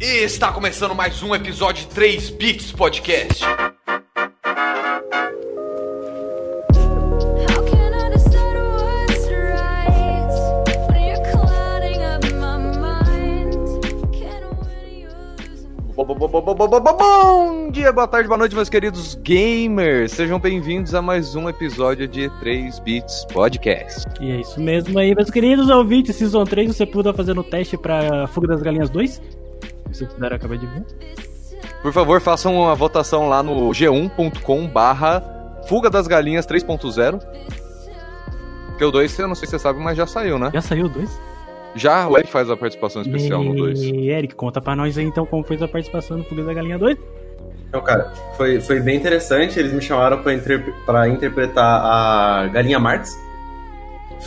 E está começando mais um episódio 3 Bits Podcast. How can I decide what's right when you're clouding up my mind? Can I win you losing? Bo- bo- bo- bo- bo- bo- bo- bo- Bom dia, boa tarde, boa noite, meus queridos gamers! Sejam bem-vindos a mais um episódio de 3 Bits Podcast. E é isso mesmo aí, meus queridos ouvintes, Season 3, você puder fazendo o teste pra Fuga das Galinhas 2? Se vocês puderam, acabei de ver. Por favor, façam uma votação lá no g1.com barra Fuga das Galinhas 3.0. Porque o 2, eu não sei se você sabe, mas já saiu, né? Já saiu o 2? Já o Eric faz a participação especial no 2. E Eric, conta pra nós aí então como foi sua participação no Fuga da Galinha 2. Então, cara, foi, foi bem interessante. Eles me chamaram pra, interpre- pra interpretar a Galinha Marx.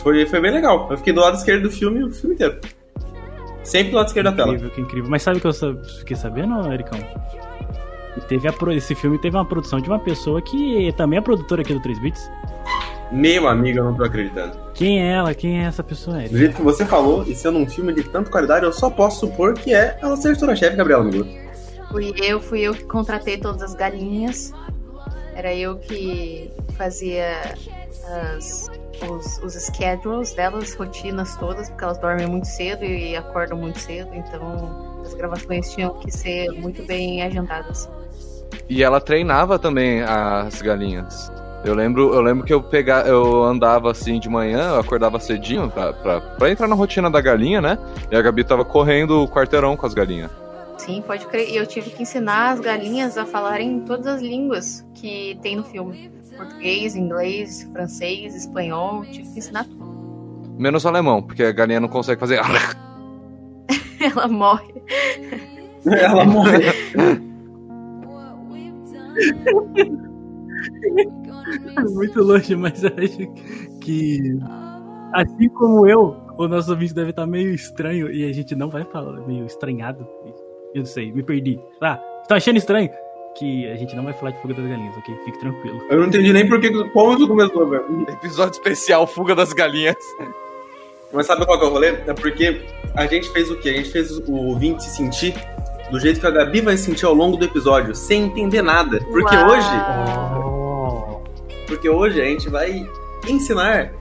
Foi, foi bem legal. Eu fiquei do lado esquerdo do filme o filme inteiro. Sempre do lado esquerdo da Que tela. incrível, que incrível. Mas sabe o que eu sa- fiquei sabendo, Ericão? E Teve a pro- Esse filme teve uma produção de uma pessoa que também é produtora aqui do 3 Bits. Meu amigo, eu não tô acreditando. Quem é ela? Quem é essa pessoa, Do Eric? jeito que você falou, e sendo um filme de tanta qualidade, eu só posso supor que é a nossa editora-chefe, Gabriela Migu. Fui eu, fui eu que contratei todas as galinhas. Era eu que fazia as- os, os schedules delas, rotinas todas, porque elas dormem muito cedo e acordam muito cedo, então as gravações tinham que ser muito bem agendadas. E ela treinava também as galinhas. Eu lembro, eu lembro que eu pegava, eu andava assim de manhã, eu acordava cedinho pra, pra, pra entrar na rotina da galinha, né? E a Gabi tava correndo o quarteirão com as galinhas. Sim, pode crer. E eu tive que ensinar as galinhas a falarem todas as línguas que tem no filme: português, inglês, francês, espanhol. Tive que ensinar tudo. Menos o alemão, porque a galinha não consegue fazer. Ela morre. Ela morreu. What we've done, gonna É be muito longe, mas eu acho que. Assim como eu, o nosso ouvinte deve estar meio estranho e a gente não vai falar meio estranhado. Eu não sei, me perdi. Tá, tá achando estranho? Que a gente não vai falar de Fuga das Galinhas, ok? Fique tranquilo. Eu não entendi nem por que como isso começou, velho. Episódio especial Fuga das Galinhas. Mas sabe qual que é o rolê? É porque a gente fez o quê? A gente fez o ouvinte se sentir do jeito que a Gabi vai se sentir ao longo do episódio, sem entender nada. Porque Uau. hoje, Oh, porque hoje a gente vai ensinar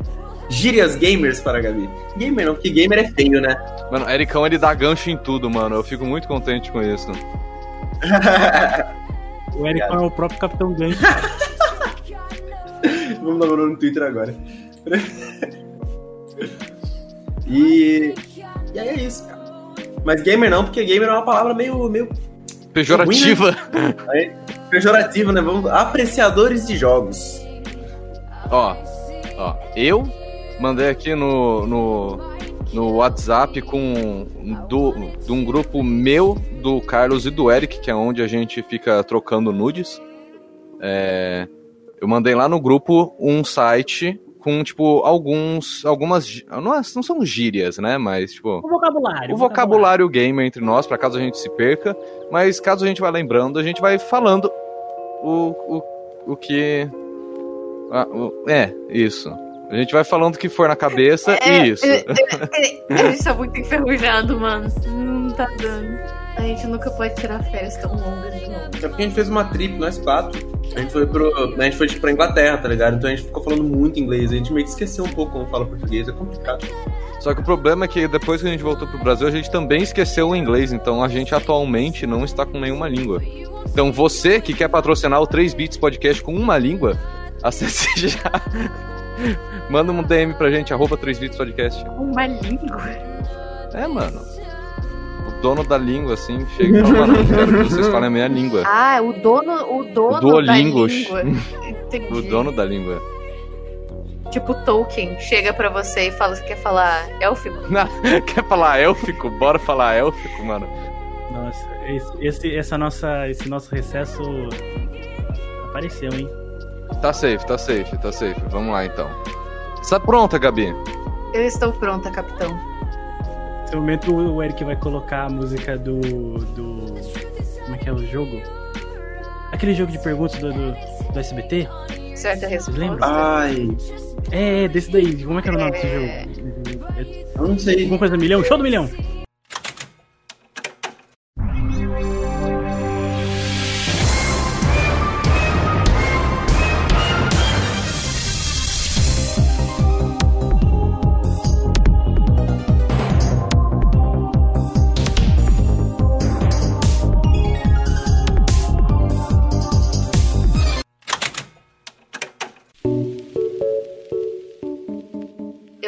gírias gamers para a Gabi. Gamer não, porque gamer é feio, né? Mano, Ericão ele dá gancho em tudo, mano. Eu fico muito contente com isso. O Eric é o próprio Capitão Gancho. Vamos dar meu nome no Twitter agora. e, e aí é isso, cara. Mas gamer não, porque gamer é uma palavra meio, meio Pejorativa. pejorativa, né? Vamos apreciadores de jogos. Ó, ó, eu mandei aqui no, no, no WhatsApp com do, de um grupo meu, do Carlos e do Eric, que é onde a gente fica trocando nudes. É, eu mandei lá no grupo um site com, tipo, alguns. algumas. gí- Não, é- não são gírias, né? Mas, tipo. O vocabulário. O vocabulário gamer entre nós, pra caso a gente se perca, mas caso a gente vá lembrando, a gente vai falando o, o, o que. ah, o- é, isso. A gente vai falando o que for na cabeça É, e isso. é, é, é, A gente tá muito enferrujado, mano. Não tá dando. A gente nunca pode tirar férias tão longas né? de novo. É porque a gente fez uma trip, nós quatro. A gente foi, pro, a gente foi tipo, pra Inglaterra, tá ligado? Então a gente ficou falando muito inglês. A gente meio que esqueceu um pouco como fala português. É complicado. Só que o problema é que depois que a gente voltou pro Brasil, a gente também esqueceu o inglês, então a gente atualmente não está com nenhuma língua. Então você que quer patrocinar o 3 Bits Podcast com uma língua, acesse já. Manda um DM pra gente, arroba 3 Bits Podcast. Uma língua. É, mano. O dono da língua, assim, chega e fala, mano, eu quero que vocês falem a minha língua. Ah, o dono, o dono Duolingo. da língua. Entendi. O dono da língua. Tipo Tolkien, chega pra você e fala que quer falar élfico. Quer falar élfico? Bora falar élfico, mano. Nossa, esse, esse- essa nossa, esse nosso recesso apareceu, hein? Tá safe, tá safe, tá safe. Vamos lá, então. Está pronta, Gabi? Eu estou pronta, capitão. Nesse um momento o Eric vai colocar a música do. do. Como é que é o jogo? Aquele jogo de perguntas do, do, do SBT? Certa resposta. lembram? Ai, É, é, desse daí. Como é que era o nome desse É. jogo? Uhum. É, eu não sei. Alguma coisa milhão? Show do milhão!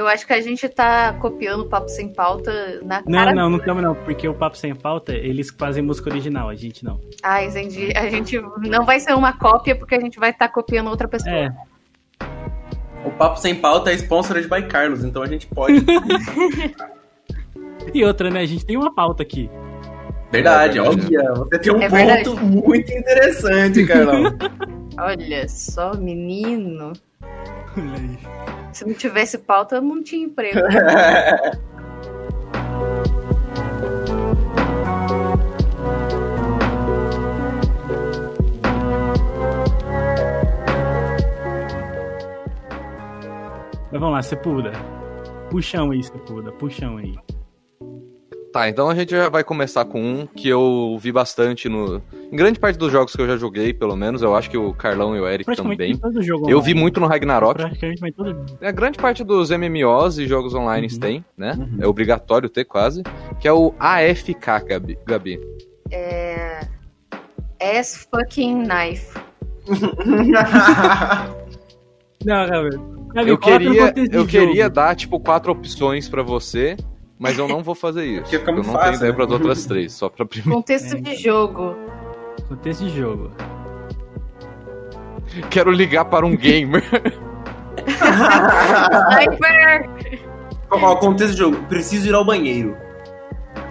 acho que a gente tá copiando o Papo Sem Pauta na Não, cara. não, não estamos não, porque o Papo Sem Pauta, eles fazem música original, a gente não. Ah, entendi. A gente não vai ser uma cópia porque a gente vai estar copiando outra pessoa. É, O Papo Sem Pauta é sponsored by Carlos, então a gente pode. e outra, né, a gente tem uma pauta aqui. Verdade, É verdade. olha. Você tem um É verdade. ponto muito interessante, Carlão. Olha só, menino. Olha aí. Se não tivesse pauta, eu não tinha emprego. Mas vamos lá, Sepulda. Puxão aí, Sepulda, puxão aí. Tá, então a gente já vai começar com um que eu vi bastante no. Em grande parte dos jogos que eu já joguei, pelo menos, eu acho que o Carlão e o Eric Praticamente também. todo jogo Eu vi online. muito no Ragnarok. Praticamente mas todo A grande parte dos MMOs e jogos online Uhum. tem, né? Uhum. É obrigatório ter quase. Que é o AFK, Gabi. Gabi. Ass fucking knife. Não, cara. Gabi, eu coloca no queria, contexto de eu jogo. queria dar, tipo, quatro opções pra você, mas eu não vou fazer isso. Porque fica Eu não muito fácil, tenho ideia né? pras outras três, só pra primeira. Contexto É. de jogo. Contexto de jogo. Quero ligar para um gamer. Sniper! Ó, ó, contexto do jogo. Preciso ir ao banheiro.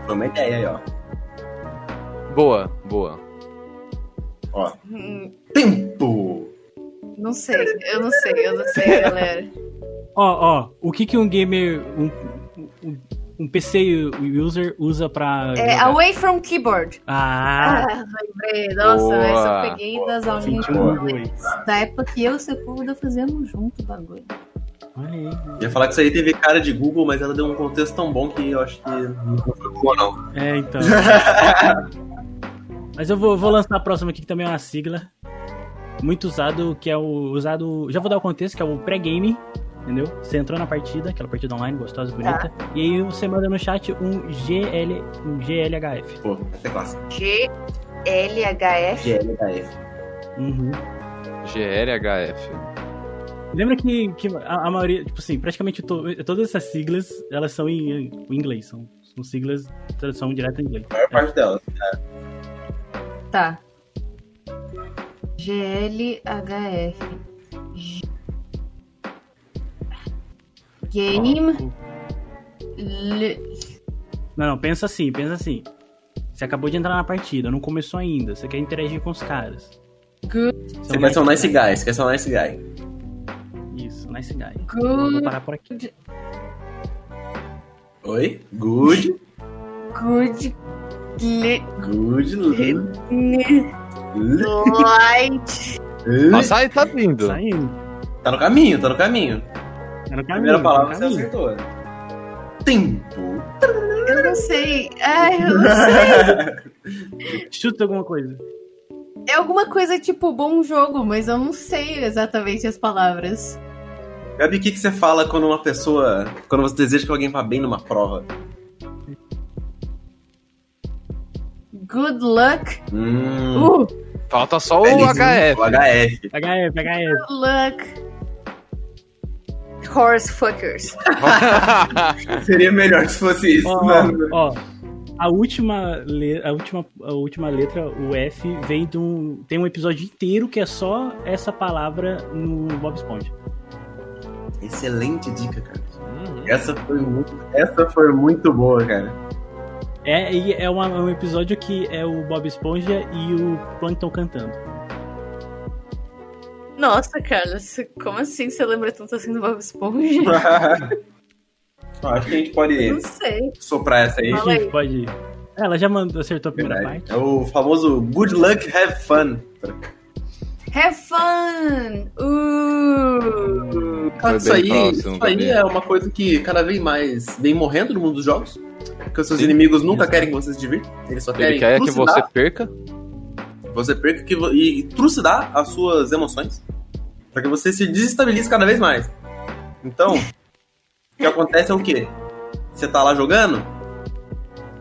Foi uma ideia aí, ó. boa, boa. ó. Hum, Tempo! Não sei, eu não sei, eu não sei, galera. Ó, ó, o que que um gamer, um, um, um PC user usa pra... É, jogar? away from keyboard. Ah, Ah, lembrei. Nossa, Boa. essa eu peguei das aulinhas senti de um boa. jogo aí. da época que eu e o Sepúlveda fazíamos junto o bagulho. Olha aí. Eu ia falar que isso aí teve cara de Google, mas ela deu um contexto tão bom que eu acho que não foi boa, não. É, então. Mas eu vou, vou lançar a próxima aqui, que também é uma sigla. Muito usado, que é o usado. Já vou dar o contexto, que é o pré-game. Entendeu? Você entrou na partida, aquela partida online, gostosa, bonita. E aí você manda no chat um, GL, um GLHF. Pô, essa é clássica. GLHF. GLHF. Uhum. GLHF. Lembra que, que a, a maioria, tipo assim, praticamente to- todas essas siglas, elas são em, em inglês. São, são siglas, tradução direta em inglês. A maior parte dela. Tá. GLHF. G- Game. L- Não, não, pensa assim, pensa assim. Você acabou de entrar na partida, não começou ainda, você quer interagir com os caras. Good. Então, Você né? quer ser um nice guy, você quer ser um nice guy. guy. Isso, um nice guy. Então, Eu Vou Good. parar por aqui. Oi? Good. Good. li- Good. l- n- l- Light. l- Nossa, aí tá vindo. Saindo. Tá no caminho, tá no caminho. Era o caminho. Primeira palavra você era o caminho. acertou. Tempo. Eu não sei. Ai, eu não sei. Chuta alguma coisa. É alguma coisa tipo bom jogo, mas eu não sei exatamente as palavras. Gabi, o que, que você fala quando uma pessoa. Quando você deseja que alguém vá bem numa prova? Good luck. Hum. Uh, Falta só o belíssimo. HF. O HF. HF, HF. good luck. Horse fuckers. Seria melhor se fosse isso. né? Ó, mano. ó, ó. A última, le- a, última, a última letra, o F, vem de um. Tem um episódio inteiro que é só essa palavra no Bob Esponja. Excelente dica, cara. Uhum. Essa foi muito, essa foi muito boa, cara. É, e é uma- é um episódio que é o Bob Esponja e o Plankton cantando. Nossa, Carlos, como assim você lembra tanto assim do Bob Esponja? Ó, Acho que a gente pode Não sei. soprar essa aí. A Fala aí. gente pode. Ela já mandou, acertou a primeira Verdade. É parte. o famoso good luck, have fun. Have fun! Uh! Foi Cara, isso bem aí, próximo, isso aí Gabi. é uma coisa que cada vez mais vem morrendo no mundo dos jogos. Porque os seus inimigos nunca exato. querem que você se divirta. Eles só querem Ele quer que trucidar você perca. Você perca que vo- e trucidar as suas emoções para que você se desestabilize cada vez mais. Então, o que acontece é o quê? Você tá lá jogando,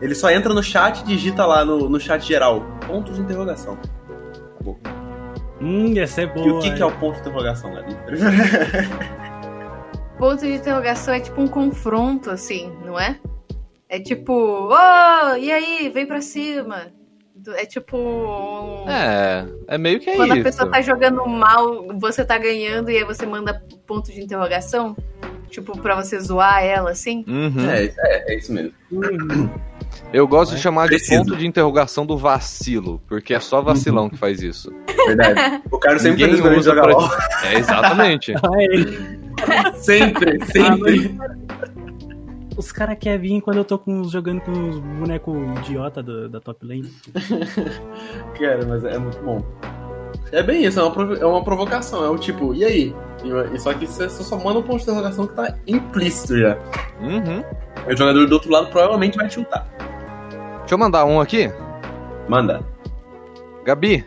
ele só entra no chat e digita lá no, no chat geral, ponto de interrogação. Hum, essa é boa. é e o que, que é o ponto de interrogação, Gabi? ponto de interrogação é tipo um confronto, assim, não é? É tipo, oh, e aí, vem pra cima. Do- É tipo. um- É, é meio que é Quando a isso. pessoa tá jogando mal, você tá ganhando e aí você manda ponto de interrogação. Tipo, pra você zoar ela, assim. Uhum. É, é, é isso mesmo. Hum, Eu gosto de chamar de Preciso. ponto de interrogação do vacilo, porque é Uhum. só vacilão que faz isso. é Verdade. O cara sempre Ninguém fez pra gente usa jogar pra- LOL. É, exatamente. Ah, é. Sempre, Ah, sempre. mas- Os caras querem vir quando eu tô com, os- jogando com os bonecos idiota do- da top lane. Cara, mas é muito bom. É bem isso, é uma, provo- é uma provocação. É o tipo, e aí? E, e só que você só manda um ponto de interrogação que tá implícito já. Uhum. O jogador do outro lado provavelmente vai chutar. Deixa eu mandar um aqui. Manda. Gabi,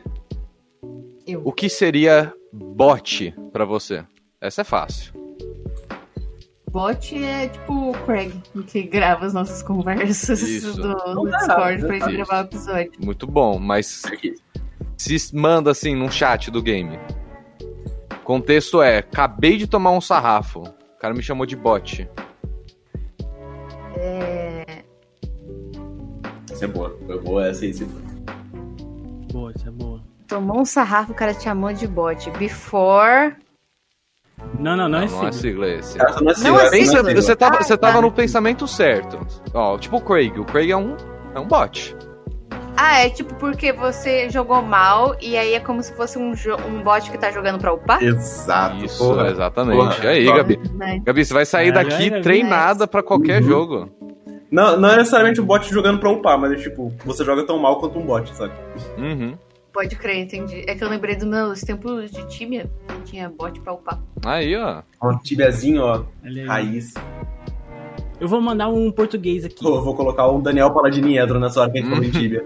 Eu. o que seria bot pra você? Essa é fácil. Bot é tipo o Craig, que grava as nossas conversas Isso. do, do tá Discord errado, pra gente isso. gravar o episódio. Muito bom, mas Aqui. se manda assim num chat do game. Contexto é: acabei de tomar um sarrafo. O cara me chamou de bot. Essa é boa. Foi boa essa aí. Essa... Boa, isso é boa. Tomou um sarrafo, o cara te chamou de bot. Before. Não, não, não, é não, não é sigla. sigla esse. Cara, não é assim, Não, né? é assim, Pensa- assim, você tava, Ah, você tava tá. no pensamento certo. Ó, tipo o Craig. O Craig é um, é um bot. Ah, é tipo porque você jogou mal e aí é como se fosse um, jo- um bot que tá jogando pra upar? Exato. Isso, Ah, tá, é. porra. exatamente. Porra. tá. Aí, Porra. Gabi. Né? Gabi, você vai sair É, daqui Gabi. treinada pra qualquer Uhum. jogo. Não, não é necessariamente o bot jogando pra upar, mas é tipo, você joga tão mal quanto um bot, sabe? Uhum. Pode crer, entendi. É que eu lembrei dos meus tempos de Tibia, que tinha bot pra upar. Aí, ó. Um tibiazinho, ó, Olha aí. raiz. é Eu vou mandar um português aqui. Pô, eu vou colocar o Daniel Paladiniedro nessa hora que a gente falou em tibia.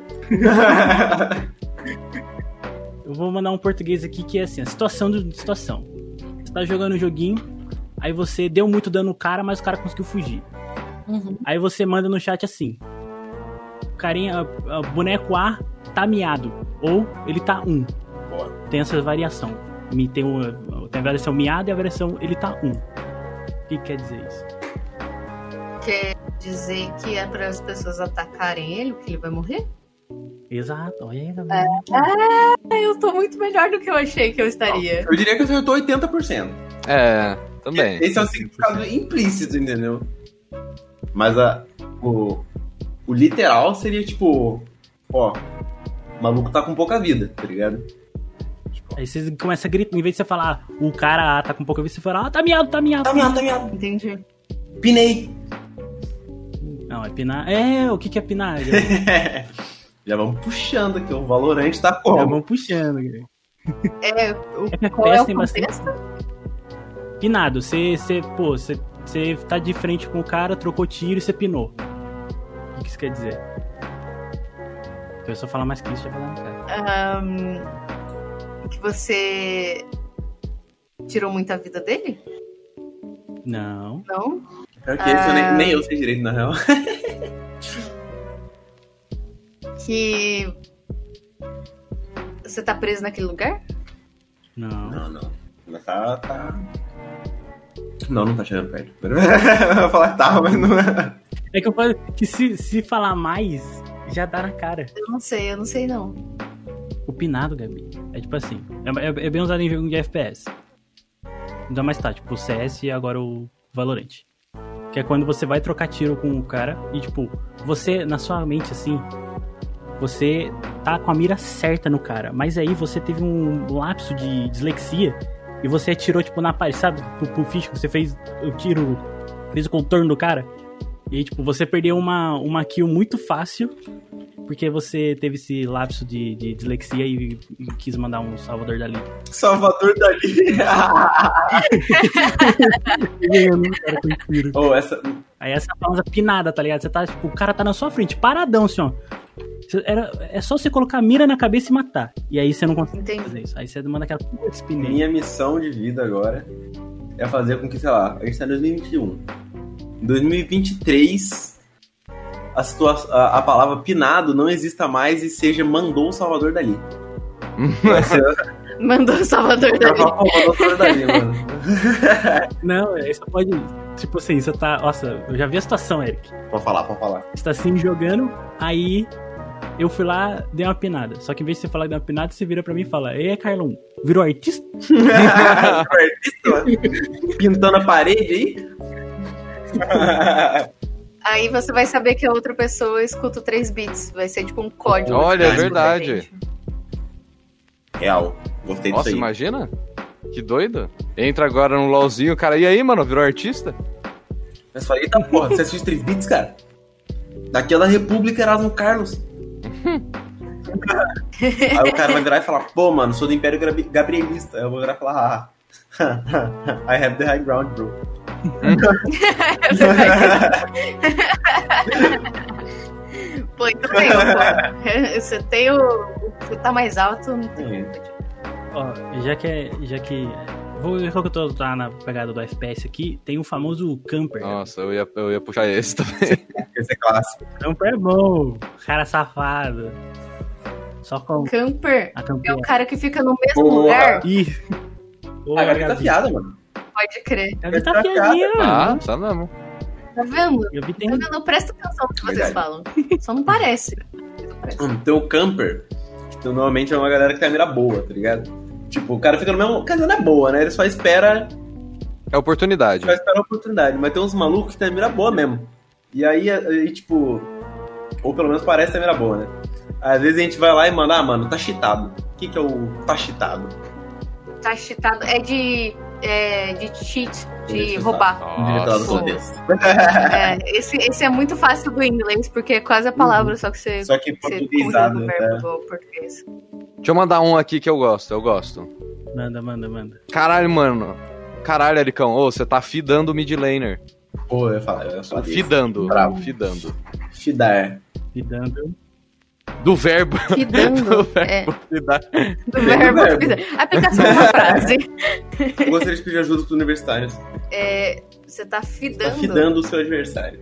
Eu vou mandar um português aqui que é assim, a situação do situação. Você tá jogando um joguinho, aí você deu muito dano no cara, mas o cara conseguiu fugir. Aí você manda no chat assim. Carinha, a- a- boneco A tá miado. Ou ele tá um. Tem essa variação. Mi- Tem, o- tem a variação miado e a variação ele tá um. O que que quer dizer isso? Dizer que é para as pessoas atacarem ele, que ele vai morrer? Exato, olha aí. tá É, Eu tô muito melhor do que eu achei que eu estaria. Eu diria que eu acertou 80%. É, também. Esse é o significado implícito, entendeu? Mas a, o, o literal seria tipo, ó, o maluco tá com pouca vida, tá ligado? Aí você começa a gritar, em vez de você falar, o cara tá com pouca vida, você fala, ah, tá miado, tá miado. Tá miado, tá miado. Entendi. Pinei. Não, é pinar. É, o que que é pinar? Já vamos puxando aqui, o Valorante tá Já como? vão puxando. cara. É, o, É que a qual é FPS o tem bastante. contexto? Pinado, você, você, pô, você, você tá de frente com o cara, trocou tiro e você pinou. O que isso quer dizer? Se eu só falar mais que isso, já vou lá no cara. Que você tirou muita vida dele? Não. Não? Pior que esse eu nem, nem eu sei direito, na real. Que você tá preso naquele lugar? Não. Não, não. Mas Tá, tá. Não, não tá chegando perto. Eu ia falar que tava, mas não é. É que eu falo que se, se falar mais, já dá na cara. Eu não sei, eu não sei não. O pinado, Gabi. É tipo assim. É, é- é bem usado em jogo de FPS. Ainda mais tá, tipo, o CS e agora o Valorant. Que é quando você vai trocar tiro com o cara e, tipo, você, na sua mente, assim, você tá com a mira certa no cara. Mas aí você teve um lapso de dislexia e você atirou, tipo, na parede, sabe? Pro, pro fisco, você fez o tiro, fez o contorno do cara. E, tipo, você perdeu uma, uma kill muito fácil porque você teve esse lapso de, de dislexia e, e quis mandar um Salvador Dali. Salvador dali. É, Ou essa. Aí essa pausa pinada, tá ligado? Você tá, tipo, o cara tá na sua frente, paradão, assim, ó. Você- Era, é só você colocar a mira na cabeça e matar. E aí você não consegue Entendi. fazer isso. Aí você manda aquela puta espinha. Minha missão de vida agora é fazer com que, sei lá, a gente tá em 2021. Em 2023, a, situa- a, a palavra pinado não exista mais e seja mandou o Salvador dali. Vai ser, Mandou Salvador Pra Dali. falar, pô, mandou tudo dali, mano. Não, é, você pode. Tipo assim, você tá. Nossa, eu já vi a situação, Eric. Pode falar, pode falar. Você tá assim jogando, aí eu fui lá, dei uma pinada. Só que em vez de você falar que deu uma pinada, você vira pra mim e fala: Ei, Carlão, virou artista? Artista, mano. Pintando a parede aí. Aí você vai saber que a outra pessoa escuta o 3 bits. Vai ser tipo um código. Olha, é Escuta, verdade. gente. Real. Gostei disso Nossa, aí. imagina? Que doido. Entra agora no LOLzinho, cara. E aí, mano? Virou artista? É só eita porra, você assiste 3 bits, cara? Daquela República Erasmo Carlos. Aí o cara vai virar e falar, pô, mano, sou do Império Gabri- Gabrielista. Aí eu vou virar e falar, ah, I have the high ground, bro. É verdade. Pô, então tem, pô. Você tem o. Você tá mais alto, não tem Hum. como. Ó, já que é. Já que. Vou ver qual que eu tô tá na pegada do FPS aqui. Tem o famoso É. camper. né? Nossa, eu ia, eu ia puxar esse também. Esse é clássico. Camper é bom. Cara safado. Só com Camper a é campeã. o cara que fica no mesmo Boa. lugar. Ih! Ô, a Gabi tá Gabi. fiada, mano. Pode crer. Gabi tá Tá fiadinha, Ah, mano. tá mesmo. Tá vendo? Eu vi tem. Tá vendo? Presta atenção no que vocês Verdade. falam. Só não parece. Hum, Tem o camper, que normalmente é uma galera que tem a mira boa, tá ligado? Tipo, o cara fica no mesmo... Quer dizer, não é boa, né? Ele só espera É oportunidade. vai esperar a oportunidade. Mas tem uns malucos que tem a mira boa mesmo. E aí, aí, tipo. Ou pelo menos parece ter a mira boa, né? Às vezes a gente vai lá e manda, ah, mano, tá cheatado. O que, que é o tá cheatado? Tá cheatado. É de. É de cheat, de Isso, roubar. Digitado no Nossa. contexto. É, esse, esse é muito fácil do inglês, porque é quase a palavra, só que você. Uhum. Só que você portuguesado, corrige o né? verbo do português. Deixa eu mandar um aqui que eu gosto, eu gosto. Manda, manda, manda. Caralho, mano. Caralho, Ericão. Ô, você tá fidando o mid laner. Pô, eu ia falar, eu ia Tá falar disso. Fidando. Bravo. Fidando. Fidar. E dando. Do verbo. Fidando. é, Fidar. do verbo. verbo. fidar. Aplicação de uma frase. Eu gostaria de pedir ajuda pros universitários. É, você tá fidando. Tá fidando o seu adversário.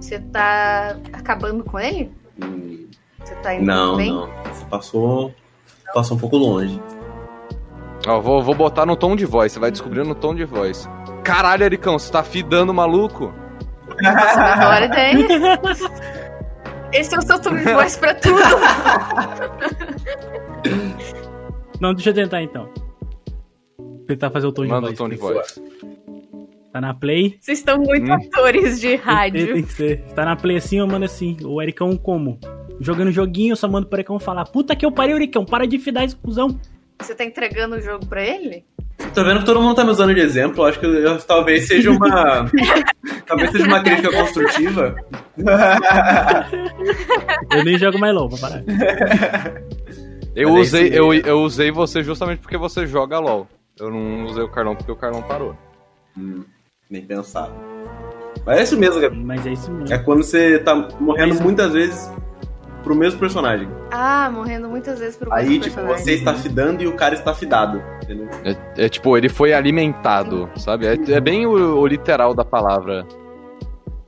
Você tá acabando com ele? Hum, Você tá indo Não, bem? não. Você passou. Passou um pouco longe. Ó, vou, vou botar no tom de voz. Você vai descobrindo no tom de voz. Caralho, Ericão, você tá fidando o maluco? Agora tem. Esse é o seu tom de voz pra tudo. Não, deixa eu tentar então. Tentar fazer o tom de Manda o voz. tom de tem que voz. ser. Tá na play? Vocês estão muito Hum. atores de rádio. Tem que ser. Tá na play assim, eu mando assim. O Ericão como? Jogando joguinho, eu só mando pro Ericão falar. Puta que eu parei, Ericão, para de fidar esse cuzão. Você tá entregando o jogo pra ele? Tô vendo que todo mundo tá me usando de exemplo. Acho que eu- eu- talvez seja uma. talvez seja uma crítica construtiva. Eu nem jogo mais LOL, vou parar. Eu Mas é usei, isso eu, mesmo. eu usei você justamente porque você joga LOL. Eu não usei o Carlão porque o Carlão parou. Hum, nem pensava. Mas é isso mesmo, Gabi. Mas é isso mesmo. É quando você tá morrendo muitas vezes pro mesmo personagem. Ah, morrendo muitas vezes pro Aí, mesmo tipo, personagem. você está fidando e o cara está fidado. Entendeu? É, é tipo, ele foi alimentado, sabe? É, é bem o, o literal da palavra.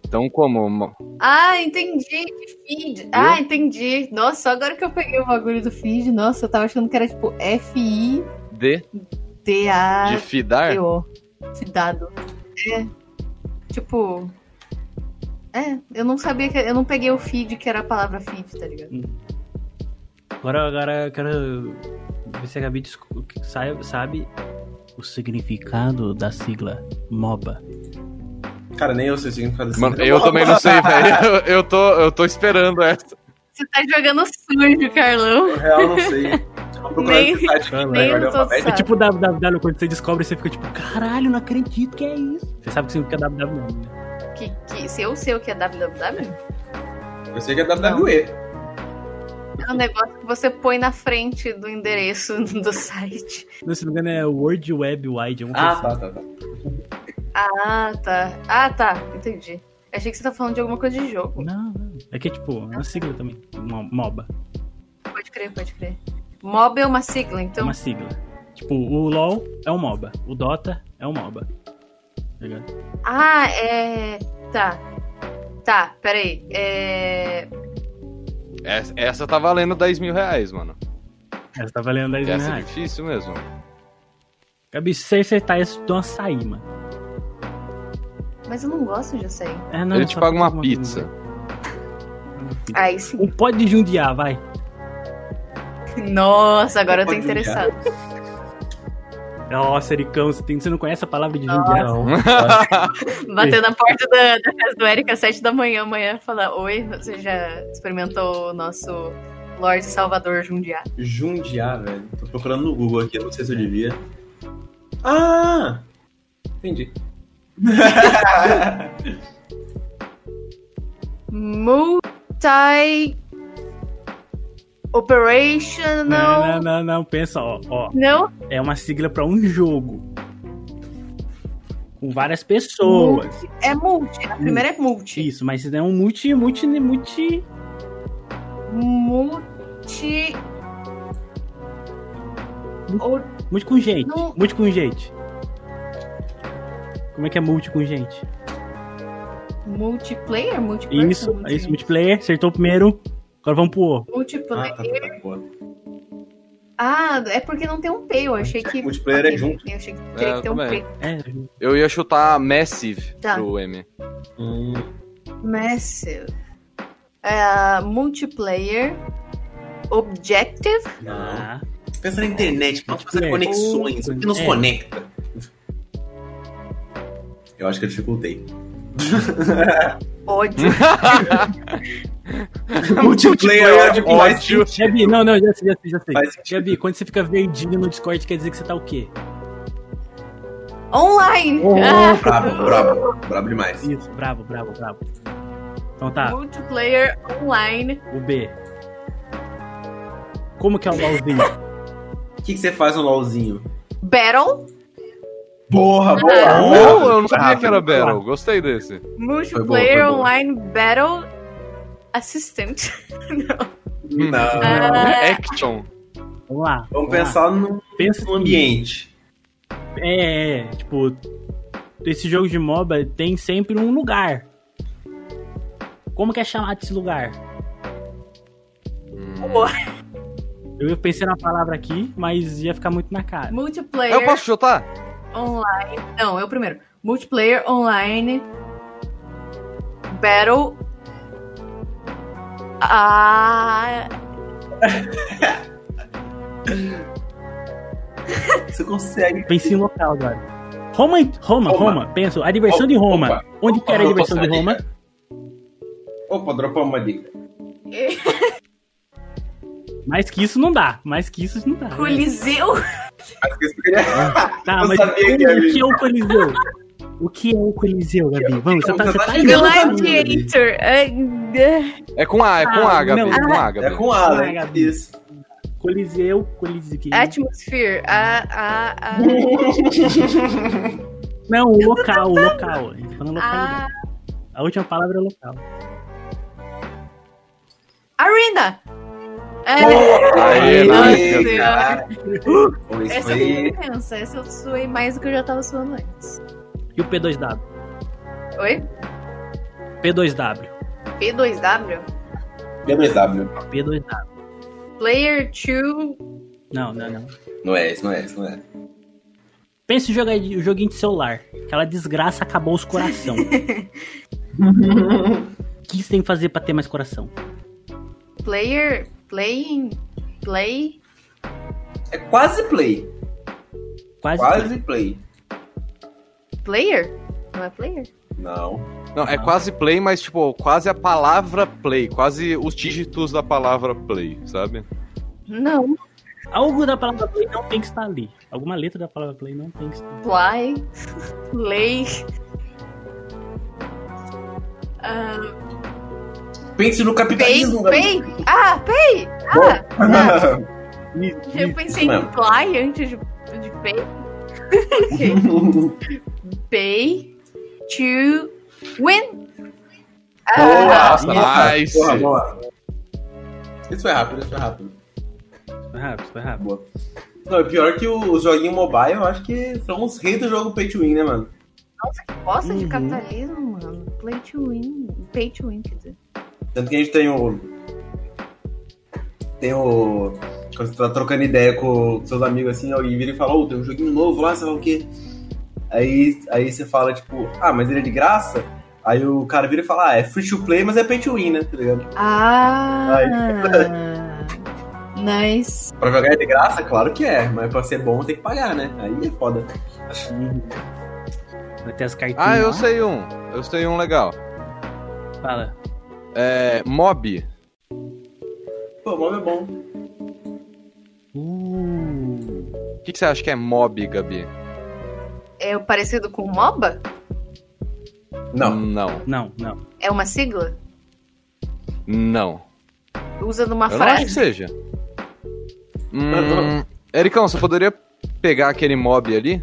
Então, como. mo- Ah, entendi. de Feed. Ah, entendi. Nossa, só agora que eu peguei o bagulho do feed, nossa, eu tava achando que era tipo F-I-D-A. De? De fidar? Ah, Eu, cidado. É. Tipo. É, eu não sabia que. Eu não peguei o feed, que era a palavra feed, tá ligado? Agora, agora eu quero ver se a Gabi desco- que sai- sabe o significado da sigla MOBA. Cara, nem eu sei o significado desse Mano, nome. eu também não sei, velho. Eu, eu tô, eu tô esperando essa. Você tá jogando sujo, Carlão. Eu real não sei. Vou procurar Nem- esse site aqui, nem né, Guardião eu tô Alfabético. É tipo WWW, quando você descobre, você fica tipo, caralho, não acredito que é isso. Você sabe o que significa WWW, né? Que, que, se eu sei o que é WWW, Eu sei que é WWE. é um negócio que você põe na frente do endereço do site. Não, se não me engano, é World Web Wide. alguma Ah, coisa tá, tá, tá. Ah, tá. Ah, tá. Entendi. Achei que você tá falando de alguma coisa de jogo. assim. Não, não. É que é tipo, é uma sigla também. Mo- MOBA. é Pode crer, pode crer. Mob é uma sigla, É então. uma sigla. Tipo, o LoL é um MOBA. O Dota é um MOBA. Tá ligado? Ah, é. Tá. Tá, peraí. É. Essa, essa tá valendo 10 mil reais, mano. Essa tá valendo 10 mil Essa é reais. difícil mesmo. Gabi, se você acertar isso, eu te dou um açaí, mano. Mas eu não gosto de açaí. É, não, Ele te só paga uma alguma coisa. pizza. Aí sim. Um pó de jundiá, vai. Nossa, agora eu tô Pode brincar. interessado. Nossa, Ericão, você, tem- você não conhece a palavra de jundiá? Não. Bater na porta da, da casa do Eric às 7 da manhã, amanhã falar: Oi, você já experimentou o nosso Lorde Salvador Jundiá? Jundiá, velho. Tô procurando no Google aqui, eu não sei se eu devia. Ah! Entendi. Não, não, Multi. Operational. não, não, pensa, ó, ó. Não? É uma sigla pra um jogo. Com várias pessoas. É multi. A primeira é multi. Isso, mas é um multi, multi, multi. Multi. Ou- Multi com gente. Não. Multi com gente. Como é que é multi com gente? Multiplayer? Multiplayer? Isso, Multi- é isso, multiplayer, acertou o primeiro. Agora vamos pro O. Ah, Multiplayer. tá, tá, tá. Boa. tá. Ah, é porque não tem um P, eu achei que. Multiplayer Ok, é junto. Eu achei que teria É, que ter um também. P. É, Eu ia chutar Massive Tá. pro M. Hum, Massive. É, multiplayer. Objective. não. tá. Pensa na internet, pode fazer É. conexões, o que nos É. conecta. Eu acho que eu dificultei. Ódio. é Multiplayer é ódio faz ódio. Gabi, não, não, já sei, já sei, já sei. Faz sentido. Gabi, quando você fica verdinho no Discord, quer dizer que você tá o quê? Online. Oh. Ah, Brabo, brabo, brabo demais. Isso, bravo, bravo, bravo. Então tá, Multiplayer online. o B. Como que é o LOLzinho? O que, que você faz no LOLzinho? Battle. Porra, Ah, boa, Oh, eu não sabia que era Battle. Gostei desse. Multiplayer boa. online battle. Assistant. Não. Ah. Action. Vamos lá. Vamos pensar num lá. Pensa num ambiente. É, é, tipo, esse jogo de MOBA tem sempre um lugar. Como que é chamado esse lugar? Eu pensei na palavra aqui, mas ia ficar muito na cara. Eu Multiplayer posso chutar? online. Não, eu primeiro. Multiplayer online. Battle. Ah. Você consegue. Pensei em local agora. Roma, Roma, Roma, Roma. Pensa, a diversão de Roma. Opa. Onde que era a diversão de Opa, Roma? Opa, dropou uma dica. Mais que isso não dá. Mais que isso não dá. né? Coliseu. Acho que isso que eu queria- Tá, Eu mas o sabia que ia vir. que é o Coliseu? O que é o Coliseu, Gabi? Vamos, você tá, você tá Eu não Gladiator. Ah, É com A, é com Ah, A, Gabi. não. É com A, É Gabi. com A, Ah, né? Gabi. Isso. Coliseu, Coliseu. ah, Atmosphere. Ah, ah, ah. Não, o local, o local. A gente tá falando ah. localidade. A última palavra é local. Arena. É, Boa! Aê, Nossa Aê, Senhora. cara. Bom, isso essa é eu foi. não penso. Essa eu suei mais do que eu já tava suando antes. E o P2W? Oi? P2W. P2W? B2W. P2W. Player 2. Não, não, não. Não é esse, não é esse, não é. Pensa em jogar o joguinho de celular. Aquela desgraça acabou os coração. O que você tem que fazer pra ter mais coração? Player. Playing. Play. É quase play. Quase. Quase play. Player? Não é player? Não. Não, é quase play, mas tipo, quase a palavra play. Quase os dígitos da palavra play, sabe? Não. Algo da palavra play não tem que estar ali. Alguma letra da palavra play não tem que estar ali. Play. Play. Ah, Pense no Tá pay, capitalismo, né? Gabi. pay. Ah, pay. Ah, ah. Eu pensei em mesmo. fly antes de, de pay. pay to win. Ah, Nossa, Nice. Porra, boa. Isso foi rápido, isso foi rápido. Foi rápido, foi rápido. Boa. Não, é pior que o- os joguinhos mobile, eu acho que são os reis do jogo pay to win, né, mano? bosta de Uhum. capitalismo, mano. Play to win. Pay to win, quer dizer. Tanto que a gente tem o. Tem o. Tipo, você tá trocando ideia com seus amigos assim, aí vira e fala, ô, tem um joguinho novo lá, sei lá o quê. Aí, aí você fala, tipo, ah, mas ele é de graça? Aí o cara vira e fala, ah, é free to play, mas é pay to win, né? Tá ligado? Ah! Nice. Pra jogar é de graça, claro que é, mas pra ser bom tem que pagar, né? Aí é foda. Vai ter as cartinhas. Ah, eu lá. sei um. Eu sei um legal. Fala. É. Mob. Pô, mob é bom. Uh. O que, que você acha que é mob, Gabi? É o parecido com MOBA? Não. Não. Não, não. É uma sigla? Não. Usa numa Eu não acho que frase. seja. Hum, Ericão, você poderia pegar aquele mob ali?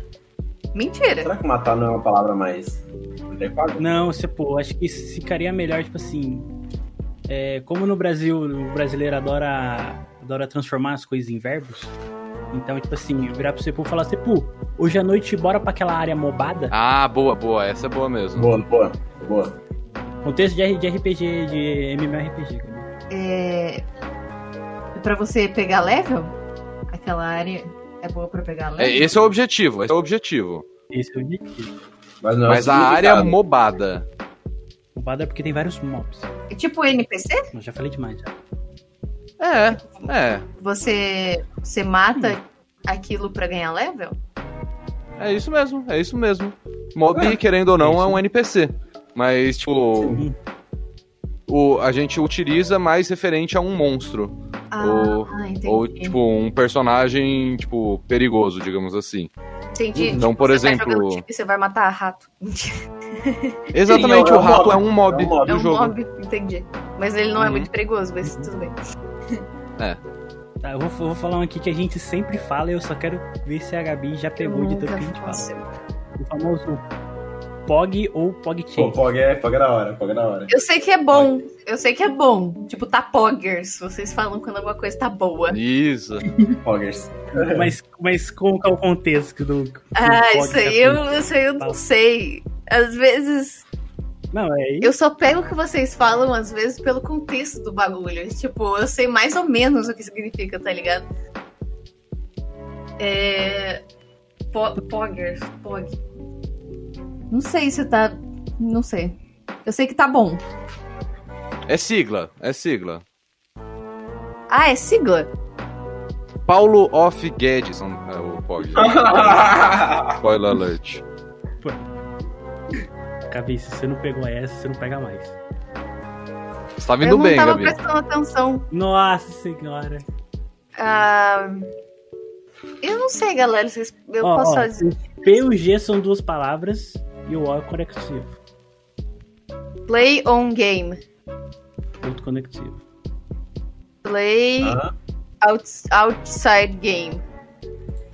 Mentira. Será que matar não é uma palavra mais. adequada? Não, você, pô, acho que ficaria melhor, tipo assim. é, como no Brasil, o brasileiro adora, adora transformar as coisas em verbos. Então, tipo assim, eu virar pro Sepu e falar, Sepu, hoje à noite bora pra aquela área mobada. Ah, boa, boa. Essa é boa mesmo. Boa, boa, boa. Contexto de, R- de RPG, de MMORPG, cara. É... Pra você pegar level, aquela área é boa pra pegar É, level. esse é o objetivo, esse é o objetivo. Esse é o objetivo. Mas, não é o Mas a área significado. mobada. Mobada é porque tem vários mobs. É tipo NPC? Eu já falei demais. já. É, é. Você, você mata aquilo pra ganhar level? É isso mesmo, é isso mesmo. Mob, É, querendo ou não, isso. é um NPC. Mas, tipo. Sim. O, a gente utiliza mais referente a um monstro. Ah, Ou- entendi. Ou, tipo, um personagem, tipo, perigoso, digamos assim. entendi. então, Tipo, por você vai exemplo- jogando time e você vai matar rato. Mentira. Exatamente, é um o rato mob, é um mob, é um mob. É do um jogo. mob, entendi. Mas ele não é Uhum. muito perigoso, mas tudo bem. Tá, eu vou, eu vou falar um aqui que a gente sempre fala e eu só quero ver se a Gabi já pegou de tanto que a gente fala. faço. O famoso POG ou POGChain. Pô, Pog é, Pog é da hora, Pog é da hora. Eu sei que é bom. Eu sei que é bom. Tipo, tá poggers. Vocês falam quando alguma coisa tá boa. Isso. Poggers. Mas, mas como que é o contexto do. do Ah, POG isso aí que eu, é- isso aí eu não Fala. sei. Às vezes. Não, é isso. Eu só pego o que vocês falam, às vezes, pelo contexto do bagulho. Tipo, eu sei mais ou menos o que significa, tá ligado? É. po- Poggers. Pog. Não sei se tá. Não sei. Eu sei que tá bom. É sigla, é sigla. Ah, é sigla? Tá Paulo Off Guedes é o POG. Spoiler alert. Gabi, se você não pegou essa, você não pega mais. Você tá eu vindo não bem, tava Gabi. prestando atenção. Nossa senhora. Ah, eu não sei, galera. Vocês, eu Ó, posso ó, só dizer. o P e o G são duas palavras e o O é conectivo. Play on game. Ponto conectivo. Play Ah, outs- outside game.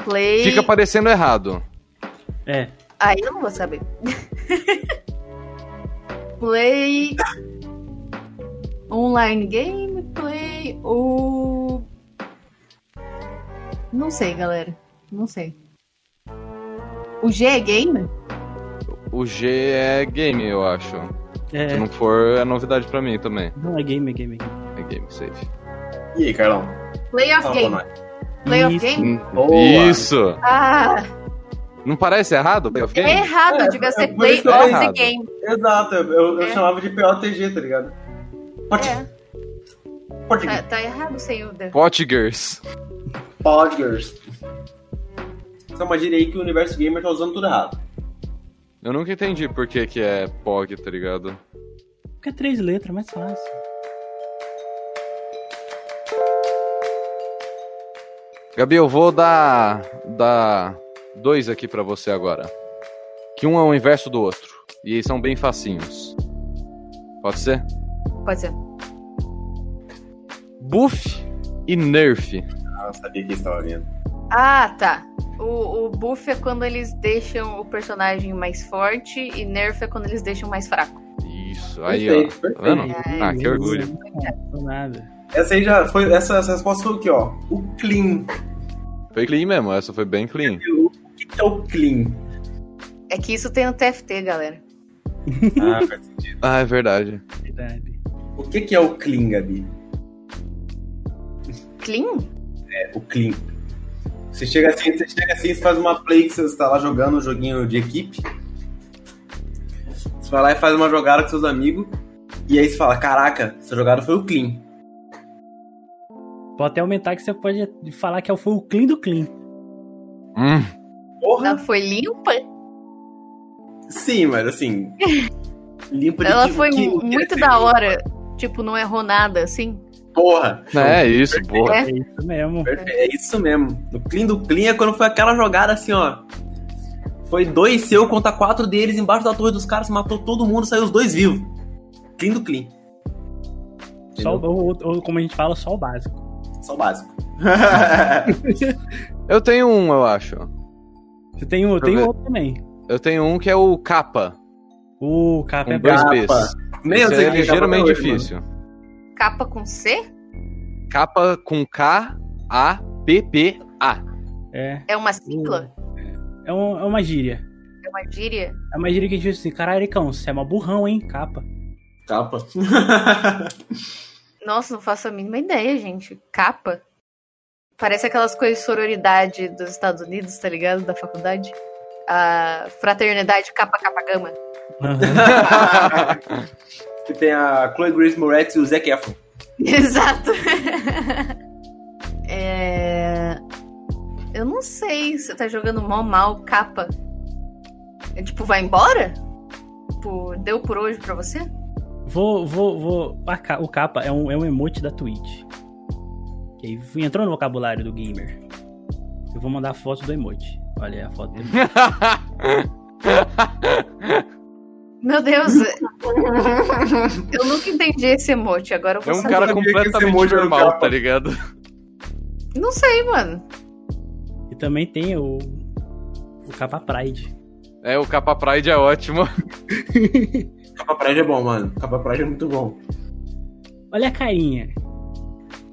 Play. Fica parecendo errado. É. Aí eu não vou saber. play. Online game. Play ou. Não sei, galera. Não sei. O G é game? O G é game, eu acho. Se É. não for, é novidade pra mim também. Não, é game, é game, é game. É game safe. e aí, Carlão? Play of Fala pra game. nós. Play of Isso. game? Boa. Isso! Ah! Não parece errado? Play of É game? errado, É, devia é ser por play isso que é of the errado. game. Exato, eu, eu- eu É. chamava de POTG, tá ligado? Pot- É, Pot- tá, tá errado sem o the. Potgers. Poggers. Essa é uma gíria aí que o universo gamer tá usando tudo errado. Eu nunca entendi por que, que é POG, tá ligado? Porque é três letras, mais fácil. Gabi, eu vou dar, dar dois aqui pra você agora. Que um é o inverso do outro. E eles são bem facinhos. Pode ser? Pode ser. Buff e nerf. Ah, eu sabia que estava vindo. Ah, tá. O, o buff é quando eles deixam o personagem mais forte e nerf é quando eles deixam mais fraco. Isso, aí Perfeito, ó. perfeito. Tá vendo? Ai, Ah, que orgulho. É, Não, não nada. Essa aí já foi. Essa, essa resposta foi o quê, ó? O clean. Foi clean mesmo, essa foi bem clean. O que que é o clean? É que isso tem no TFT, galera. Ah, faz sentido. Ah, é verdade. Verdade. o que que é o clean, Gabi? Clean? é, o clean. Você chega assim, você chega assim, você faz uma play que você está lá jogando um joguinho de equipe. Você vai lá e faz uma jogada com seus amigos. E aí você fala, caraca, essa jogada foi o clean. Pode até aumentar que você pode falar que foi o clean do clean. Hum, Porra! Ela foi limpa? Sim, mas assim. Limpo de Ela que- foi que- o que muito era da ser- hora. Tipo, não errou nada, assim. Porra! é isso, boa. É. É isso mesmo. Perfe- É isso mesmo. O clean do clean é quando foi aquela jogada assim, ó. Foi dois seu contra quatro deles embaixo da torre dos caras, matou todo mundo, saiu os dois vivos. Clean do clean. Só, o- ou, ou como a gente fala, só o básico. Só o básico. Eu tenho um, eu acho. Você tem um, Deixa eu eu tenho ver. outro também. Eu tenho um que é o capa, O capa é com dois brabo. capa. Bs. Meu, Esse sei é que acaba ligeiramente hoje, difícil. Capa com C? Capa com K, A, P, P, A. É. É uma sigla? É, um- é uma gíria. É uma gíria? É uma gíria que diz assim, caralho, Icão, você é uma burrão, hein, capa. mano. Capa. Nossa, não faço a mínima ideia, gente. Capa? Parece aquelas coisas de sororidade dos Estados Unidos, tá ligado? Da faculdade. A fraternidade capa capa gama. Aham. que tem a Chloe Grace Moretz e o Zac Efron. Exato. É, Eu não sei se tá jogando mal, mal, capa. É tipo, vai embora? Tipo, deu por hoje pra você? Vou, vou, vou. a ca- O capa é um, é um emote da Twitch. Que aí entrou no vocabulário do gamer. Eu vou mandar a foto do emote. Olha aí a foto dele. Meu Deus. é- eu nunca entendi esse emote, agora eu É vou um saber. cara sabia que esse completamente emoji era o normal, capa. tá ligado? Não sei, mano. E também tem o. O capa Pride. É, o capa Pride é ótimo. Capa Pride é bom, mano. Capa Pride é muito bom. Olha a carinha.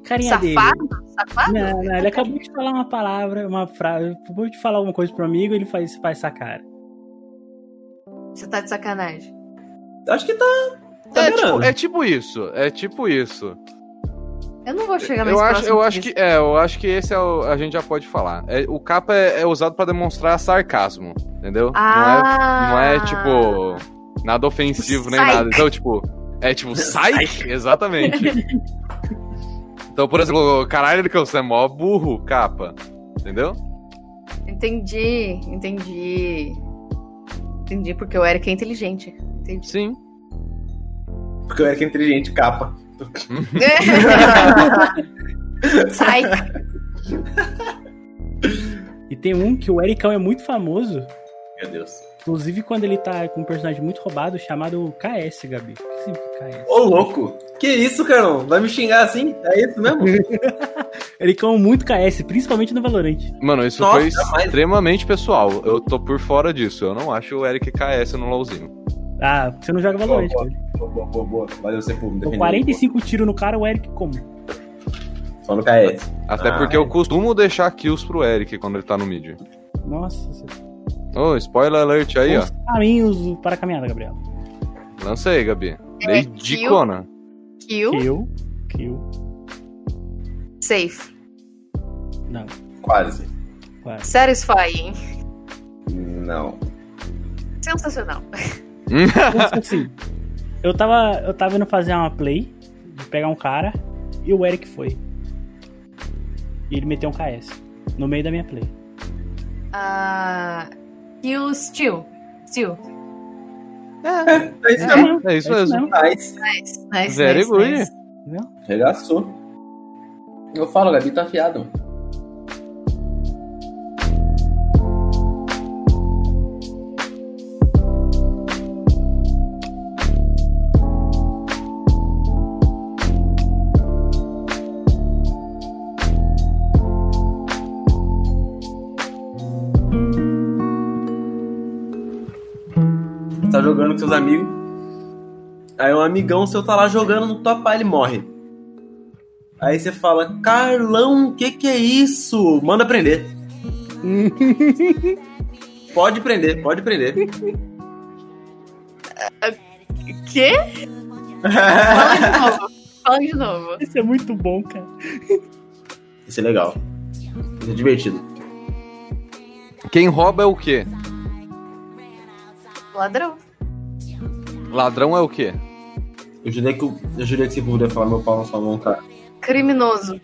Carinha Safado? dele. Safado? Não, não, ele acabou de falar uma palavra, uma frase. Acabou de falar alguma coisa pro amigo ele faz, faz essa cara. Você tá de sacanagem. Acho que tá. Tá É beirando. tipo, é tipo isso, é tipo isso. Eu não vou chegar mais Eu acho, próximo eu que acho isso. que é, eu acho que esse é o, a gente já pode falar. É, o capa é, é usado pra demonstrar sarcasmo, entendeu? é Ah! Não é, não é tipo nada ofensivo nem Psych. nada. Então tipo, é tipo psych, exatamente. então por exemplo, caralho, que você é mó burro, capa, entendeu? Ah, Entendi, entendi. Entendi porque o Eric é inteligente. Entendi. Sim. Porque eu era que é inteligente, capa. É. Sai. E tem um que o Ericão é muito famoso. Meu Deus. Inclusive quando ele tá com um personagem muito roubado chamado KS, Gabi. O que significa KS? Ô, louco! Que isso, Carlão? Vai me xingar assim? É isso mesmo? Ericão é muito KS, principalmente no Valorant. Mano, isso Nossa, foi mas- extremamente pessoal. Eu tô por fora disso. Eu não acho o Eric KS no LoLzinho. Ah, você não joga Valorant, Boa, cara. boa, boa, boa, boa. Valeu você por me Com defender. 45 tiros no cara, o Eric como? Só no KS. Até Ah, porque eu costumo deixar kills pro Eric quando ele tá no mid. Nossa, você tá Ô, spoiler alert aí, ó. Os caminhos para a caminhada, Gabriel. Lancei, Gabi. É Dei kill. dicona. Kill. Kill, kill. Safe. Não, Quase. quase. Satisfying. Não. Sensacional. Pensa assim, eu tava, eu tava indo fazer uma play, de pegar um cara, e o Eric foi. E ele meteu um KS no meio da minha play. Ah, kill Steel. Steel. É isso mesmo. É isso mesmo. Nice. Nice, nice. Very nice, good. nice. Regaçou. Eu falo, Gabi tá afiado. mano. Tá jogando com seus amigos. Aí um amigão seu tá lá jogando no top, ele morre. Aí você fala, Carlão, o que que é isso? Manda prender. pode prender, pode prender. Quê? Fala de novo. Fala de novo. Isso é muito bom, cara. Isso é legal. Isso é divertido. Quem rouba é o quê? Ladrão. Ladrão é o quê? Eu jurei que, eu eu jurei que você poderia falar meu pau na sua mão, cara. Criminoso.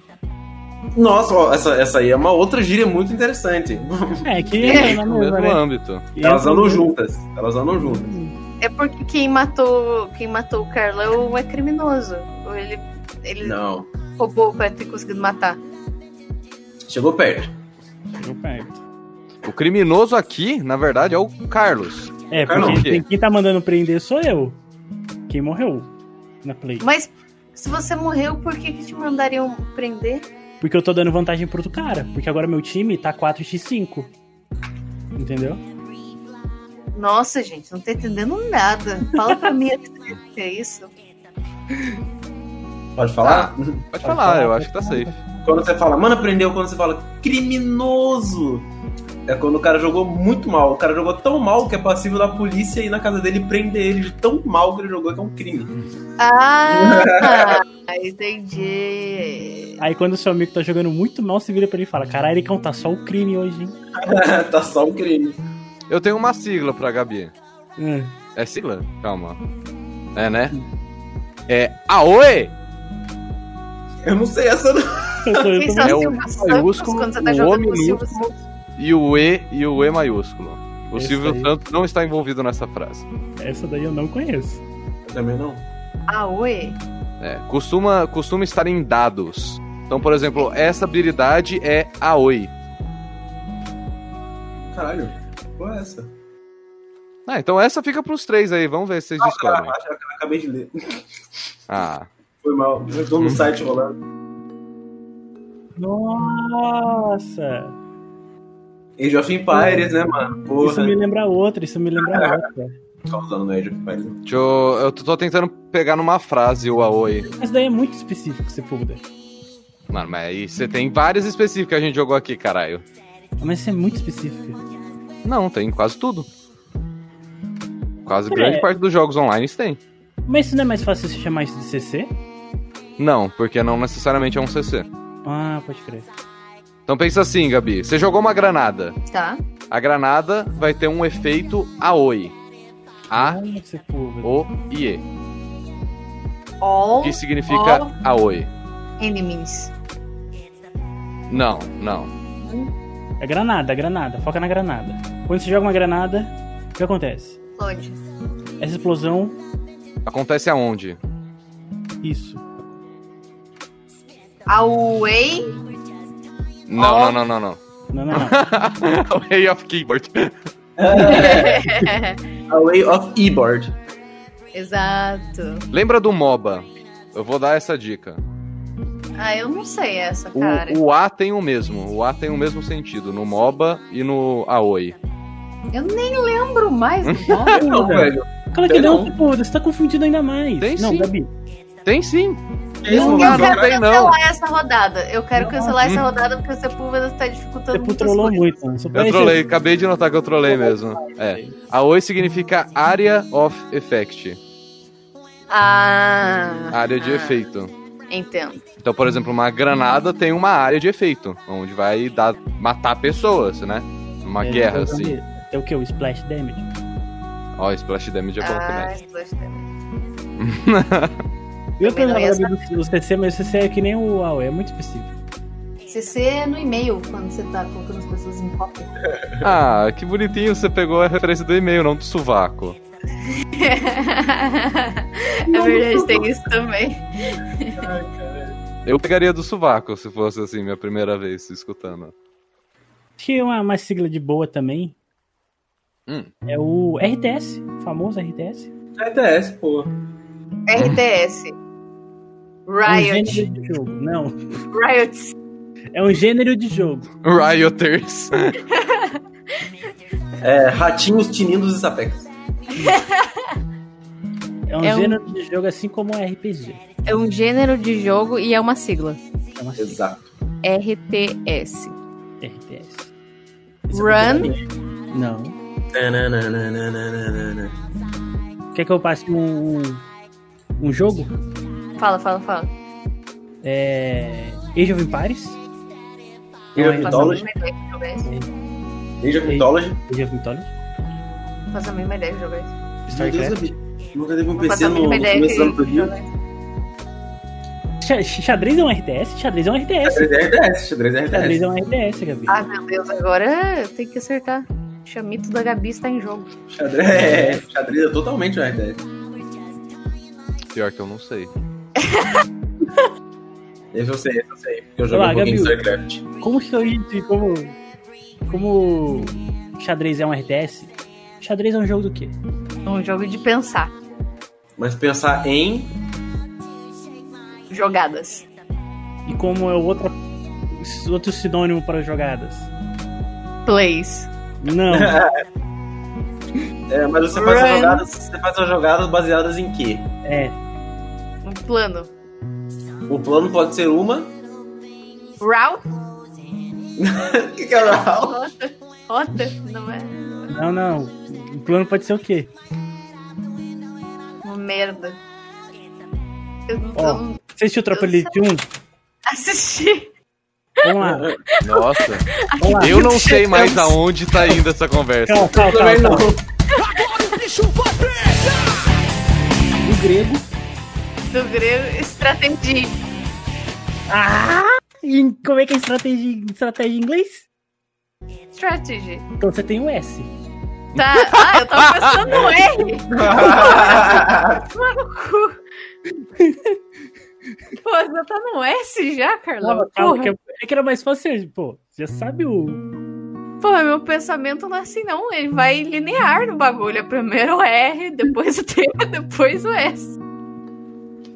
Nossa, ó, essa, essa aí é uma outra gíria muito interessante. É, que entra na No mesma, mesmo né? âmbito. Elas Entra andam no- juntas. Elas andam juntas. É porque quem matou, quem matou o Carlão é criminoso. Ou ele ele Não. roubou pra ter conseguido matar. Chegou perto. Chegou perto. O criminoso aqui, na verdade, é o Carlos. É, Cara, não, porque o quê? quem tá mandando prender sou eu. Quem morreu na play. Mas se você morreu, por que, que te mandariam prender? Porque eu tô dando vantagem pro outro cara. Porque agora meu time tá 4x5. Entendeu? Nossa, gente, não tô entendendo nada. Fala pra mim o que é isso. Pode falar? Pode falar, eu acho que tá safe. Quando você fala, mano, prendeu, quando você fala criminoso. É quando o cara jogou muito mal. O cara jogou tão mal que é passível da polícia ir na casa dele e prender ele de tão mal que ele jogou que é um crime. Ah, entendi. Aí quando o seu amigo tá jogando muito mal, você vira pra ele e fala: Caralho, Ericão, tá só o crime hoje, hein? tá só um crime. Eu tenho uma sigla pra Gabi. Hum. É sigla? Calma. É, né? É Aoi! Eu não sei essa não. Eu tô- eu tô- Pensa é o Silva Santos maiúsculo, quando você tá o jogando O com o Silva minúsculo e o E e o E maiúsculo. O Isso Silvio aí. Santos não está envolvido nessa frase. Essa daí eu não conheço. Eu também não. Ah, oi. É, costuma, costuma estar em dados. Então, por exemplo, essa habilidade é Aoi. Caralho. Qual é essa? Ah, então essa fica pros três aí, vamos ver se vocês descobrem. Ah, já que eu acabei de ler. Ah, Foi mal. Eu tô no site rolando. Nossa! Age of Empires, né, mano? Isso Porra. me lembra outra, isso me lembra outra. Causando no Tá Age of Empires. né? deixa eu, eu tô tentando pegar numa frase o Aoi. Essa daí é muito específica, se puder. Mano, mas aí você tem várias específicas que a gente jogou aqui, caralho. Mas isso é muito específica. Não, tem quase tudo. Quase É. grande parte dos jogos online tem. Mas isso não é mais fácil se chamar isso de CC? Não, porque não necessariamente é um CC. Ah, pode crer. Então pensa assim, Gabi. Você jogou uma granada. Tá. A granada vai ter um efeito AOI. A, Olha, Sepúlveda. O e E. All O que significa AOI? enemies. Não, não. É granada, granada. Foca na granada. Quando você joga uma granada, o que acontece? Onde? Essa explosão, Acontece aonde? isso. Away. Não, Ó. não, não, não, não. Não, não, não. Way of Keyboard. A Way of E-Board. Exato. Lembra do MOBA? Eu vou dar essa dica. Ah, eu não sei essa, cara. O, o A tem o mesmo. O A tem o mesmo sentido no MOBA e no AOI. Eu nem lembro mais do nome. Não, velho. Claro que Tem não, não. Sepúlveda. Você tá confundindo ainda mais. Tem não, sim. Gabi. Tem sim. Isso, Eu Não, mano. não quero tem, não. cancelar essa rodada. Eu quero cancelar hum. essa rodada porque o Sepúlveda tá dificultando Sepúlveda muito. trollou muito. mano. Só Eu parece- trolei, acabei de notar que eu trolei mesmo. É. AOI significa Area of Effect. Ah. Área de ah, efeito. Entendo. Então, por exemplo, uma granada tem uma área de efeito, onde vai dar, matar pessoas, né? Uma É, guerra, então, assim. Gabi, Tem o que? O splash damage. Ó, splash damage é bom Ah, também. Splash Damage. Eu Também não perguntava ia Gabi, do, do CC, mas o CC é que nem o AOE, é muito específico. CC é no e-mail, quando você tá colocando as pessoas em cópia. Ah, que bonitinho você pegou a referência do e-mail, não do sovaco. é verdade, tem isso também. Eu pegaria do sovaco se fosse assim, minha primeira vez escutando. Acho que é uma, uma sigla de boa também Hum. é o RTS, o famoso RTS. RTS, pô. RTS. É um Riot. gênero de jogo. Não, um Riot. é um gênero de jogo. Rioters. É, ratinhos, tinindos e sapecas. É um É um- gênero de jogo assim como o RPG. É um gênero de jogo e é uma sigla. É uma sigla Exato. RTS. RTS. Run. Não. Tananananananana. Quer que eu passe um, um jogo? Fala, fala, fala. É. Age of Empires. Não, Age of Faço a Mythology. mínima ideia de jogar isso. Age of Mythology. Age of Mythology? Faço a mínima ideia de jogar isso. Meu Deus, StarCraft? eu nunca teve um Não faço PC a no no mínima ideia começo do ano do de Rio. jogar isso. Xa- Xadrez é um RTS? Xadrez é um RTS. Xadrez é RTS, xadrez é RTS. Xadrez é um RTS, Gabi. Ah, meu Deus, agora eu tenho que acertar. Chamito da Gabi está em jogo. Xadrez é, xadrez é totalmente um RTS. Pior que eu não sei. Esse eu sei, esse eu sei. Porque eu Olha joguei lá, um pouquinho de Gabi. StarCraft. Como que eu entendi? Como. Como. Xadrez é um RTS? Xadrez é um jogo do quê? Um jogo de pensar. Mas pensar em. Jogadas. E como é o outra, outro sinônimo para jogadas? Plays. Não. É, mas você faz, as Run. jogadas, você faz as jogadas baseadas em quê? É. Um plano. O plano pode ser uma. Route. O que que é o Rota. Rota. Não é? Não, não. O plano pode ser o quê? Uma merda. Eu não Ó. não Você assistiu Tropa Elite 1? assisti. Vamos lá. Nossa, Vamos lá. eu não sei mais aonde tá indo essa conversa. Calma, calma, Também calma. não. calma. Do grego. Do grego. Estratégia. E como é que é estratégia, estratégia em inglês? Strategy. Então você tem o S. Tá. Ah, eu tava pensando no R. Toma no cu. Pô, já tá no S já, Carlão? Calma, calma, Porra. que é- é que era mais fácil, pô. Já sabe o. Porra, meu pensamento não é assim, não. Ele vai linear no bagulho. É Primeiro o R, depois o T, depois o S.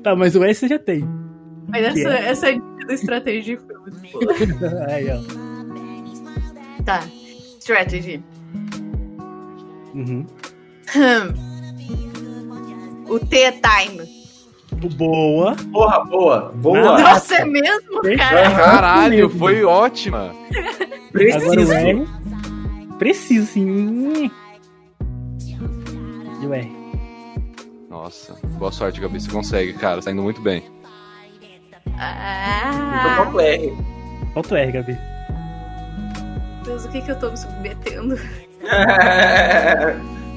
Tá, mas o S você já tem. Mas essa, essa dica da estratégia foi muito boa. Aí, ó. Tá. Strategy. Uhum. O T é time. Boa. Porra, boa, boa. Nada. Nossa, é mesmo, Sim. cara? Caralho, foi ótima. Agora o Preciso. R. Preciso, sim. E o R. Nossa, boa sorte, Gabi. Você consegue, cara. Você tá indo muito bem. Foi Ah, qual R? Falta o R, Gabi. meu Deus, o que que eu tô me submetendo?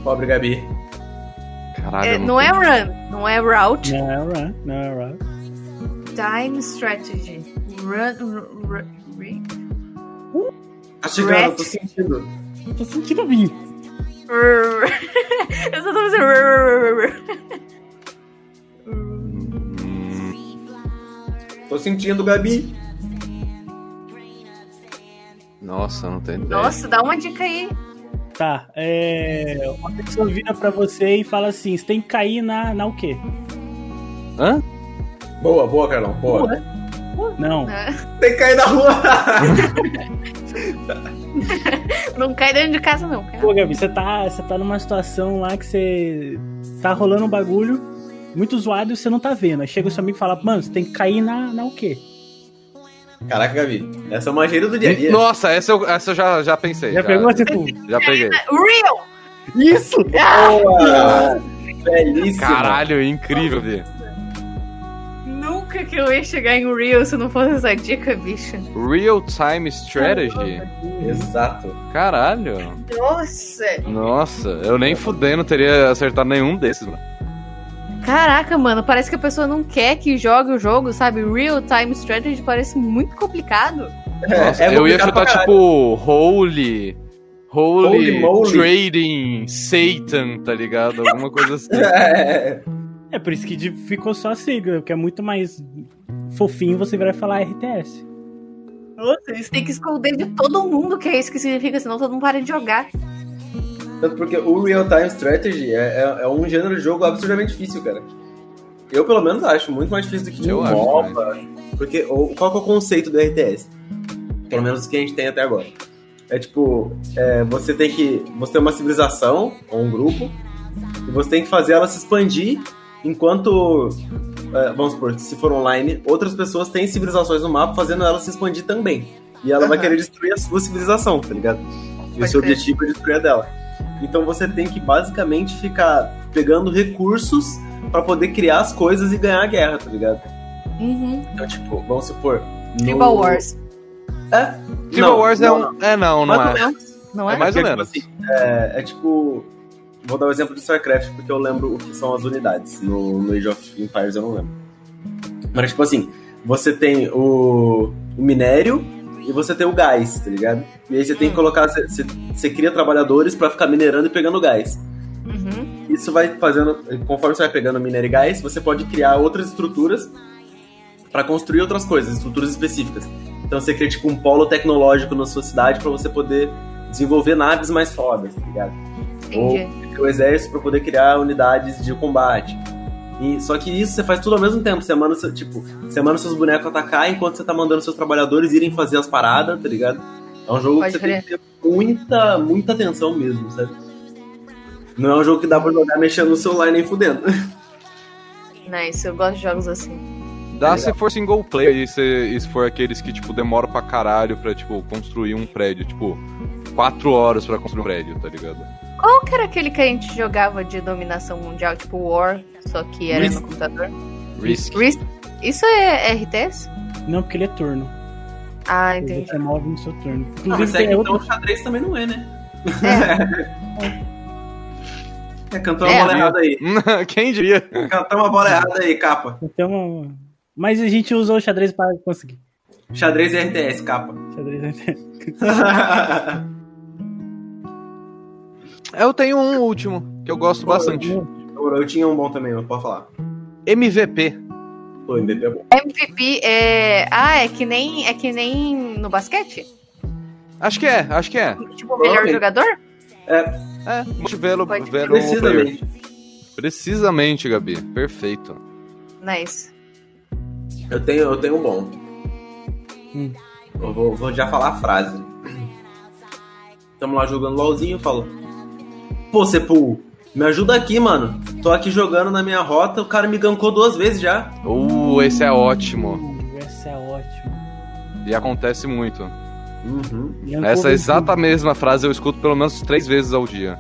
Pobre Gabi. Caralho. É, Ah, eu não é run, não é route. Não, é run, não, é run. Time strategy. Run, ru- ru- ri- Tá chegando, eu tô Rat. sentindo. Tô sentindo vir. rrr. Eu só tô fazendo. rrr. Tô sentindo, Gabi. Nossa, não tem ideia. Nossa, dá uma dica aí. Tá, é... Uma pessoa vira pra você e fala assim, você tem que cair na, na o quê? Hã? Boa, boa, Carlão, boa. né? Não, né? Tem que cair da rua. Não cai dentro de casa, não, cara. pô, Gabi, você tá, você tá numa situação lá que você tá rolando um bagulho muito zoado e você não tá vendo. Aí chega o seu amigo e fala, mano, você tem que cair na, na o quê? Caraca, Gabi. Essa é uma gíria do dia a dia. Nossa, essa eu, essa eu já, já pensei. Já pegou assim, pô, Já peguei. Real! isso! Boa. Belíssima. Caralho, incrível, Gabi. Nunca que eu ia chegar em Real se não fosse essa dica, bicha. Real time strategy? Exato. Caralho. Nossa! Nossa, eu nem fudendo teria acertado nenhum desses, mano. Caraca, mano, parece que a pessoa não quer que jogue o jogo, sabe? Real time strategy parece muito complicado. É, Nossa, eu ia chutar tipo Holy. Holy Holy, moly. Trading Satan, tá ligado? Alguma coisa assim. É, É por isso que de- ficou só a sigla, porque é muito mais fofinho você virar e falar RTS. Vocês têm que esconder de todo mundo que é isso que significa, senão todo mundo para de jogar. Tanto porque o Real Time Strategy é, é- é um gênero de jogo absurdamente difícil, cara. Eu, pelo menos, acho muito mais difícil do que Eu um acho MOBA. Porque o- qual que é o conceito do RTS? Pelo menos o que a gente tem até agora. É tipo, é, você tem que. Você tem uma civilização, ou um grupo, e você tem que fazer ela se expandir enquanto. é, vamos supor, se for online, outras pessoas têm civilizações no mapa fazendo ela se expandir também. E ela vai Aham. querer destruir a sua civilização, tá ligado? E o Pode seu crer. objetivo é destruir a dela. Então você tem que basicamente ficar pegando recursos pra poder criar as coisas e ganhar a guerra, tá ligado? Uhum. Então, tipo, vamos supor. no- Tribal Wars. É, Civil Não, Wars não, é um. É, não, não Mas é. Não é? É mais ou Porque, menos. Tipo assim, é, é tipo. Vou dar o exemplo do StarCraft porque eu lembro o que são as unidades. No, no Age of Empires eu não lembro. Mas, tipo assim, você tem o, o minério e você tem o gás, tá ligado? E aí você tem que colocar. Você, você- você cria trabalhadores pra ficar minerando e pegando gás. Uhum. Isso vai fazendo. Conforme você vai pegando minério e gás, você pode criar outras estruturas pra construir outras coisas, estruturas específicas. Então você cria tipo um polo tecnológico na sua cidade pra você poder desenvolver naves mais fodas, tá ligado? Entendi. o exército para poder criar unidades de combate. E, só que isso você faz tudo ao mesmo tempo. Você manda, seu, tipo, você manda seus bonecos atacar enquanto você tá mandando seus trabalhadores irem fazer as paradas, tá ligado? É um jogo Pode que você tem que ter muita, muita atenção mesmo, sabe? Não é um jogo que dá pra jogar mexendo no celular e nem fudendo. Nice, eu gosto de jogos assim. é. Dá se for single player e se, e se for aqueles que, tipo, demoram pra caralho pra, tipo, construir um prédio. Tipo, quatro horas pra construir um prédio, tá ligado? Qual que era aquele que a gente jogava de dominação mundial, tipo War, só que era Risk. no computador? Risk. Risk? Isso é RTS? Não, porque ele é turno. Ah, entendi. Uhum. Você move no seu turno. Não, mas Inclusive, é que tem outro. então o xadrez também não é, né? É, cantou uma É. bola errada aí. Quem diria? Cantou uma bola errada aí, capa. Então, mas a gente usou o xadrez pra conseguir. Xadrez e RTS, capa. Xadrez é- Eu tenho um último, que eu gosto bastante. eu tinha um bom também, mas pode falar. MVP. Pô, MVP é bom. MVP é. Ah, é que nem. É que nem no basquete? Acho que é, acho que é. Tipo, o melhor Provavelmente. jogador? É, multivelo, Pode velo Precisa player. mesmo. Precisamente, Gabi. Perfeito. Nice. Eu tenho, eu tenho um bom. Hum. Eu vou, vou já falar a frase. Tamo lá jogando LOLzinho, eu falo. Pô, Sepul, me ajuda aqui, mano. Tô aqui jogando na minha rota, o cara me gankou duas vezes já. Uh, esse é ótimo. Uh, Essa é ótima. E acontece muito. Uhum. Yankov Essa é exata mesma frase eu escuto pelo menos três vezes ao dia.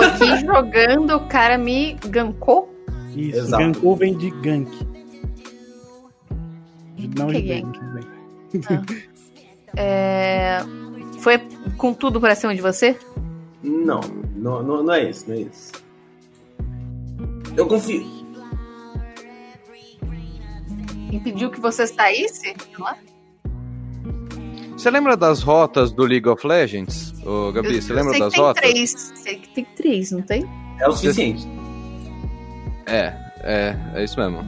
aqui jogando, o cara me gancou. Isso, Exato. Gankou vem de gank. Não Que de gank? gank, né? velho. É, Foi com tudo pra cima de você? Não, não, não, não é isso, não é isso. Eu confio. Impediu que você saísse? Sei lá. Você lembra das rotas do League of Legends? Ô, Gabi, Eu- você eu lembra sei das que tem rotas? Três. Sei que tem três, não tem? É o suficiente. É, é, é isso mesmo.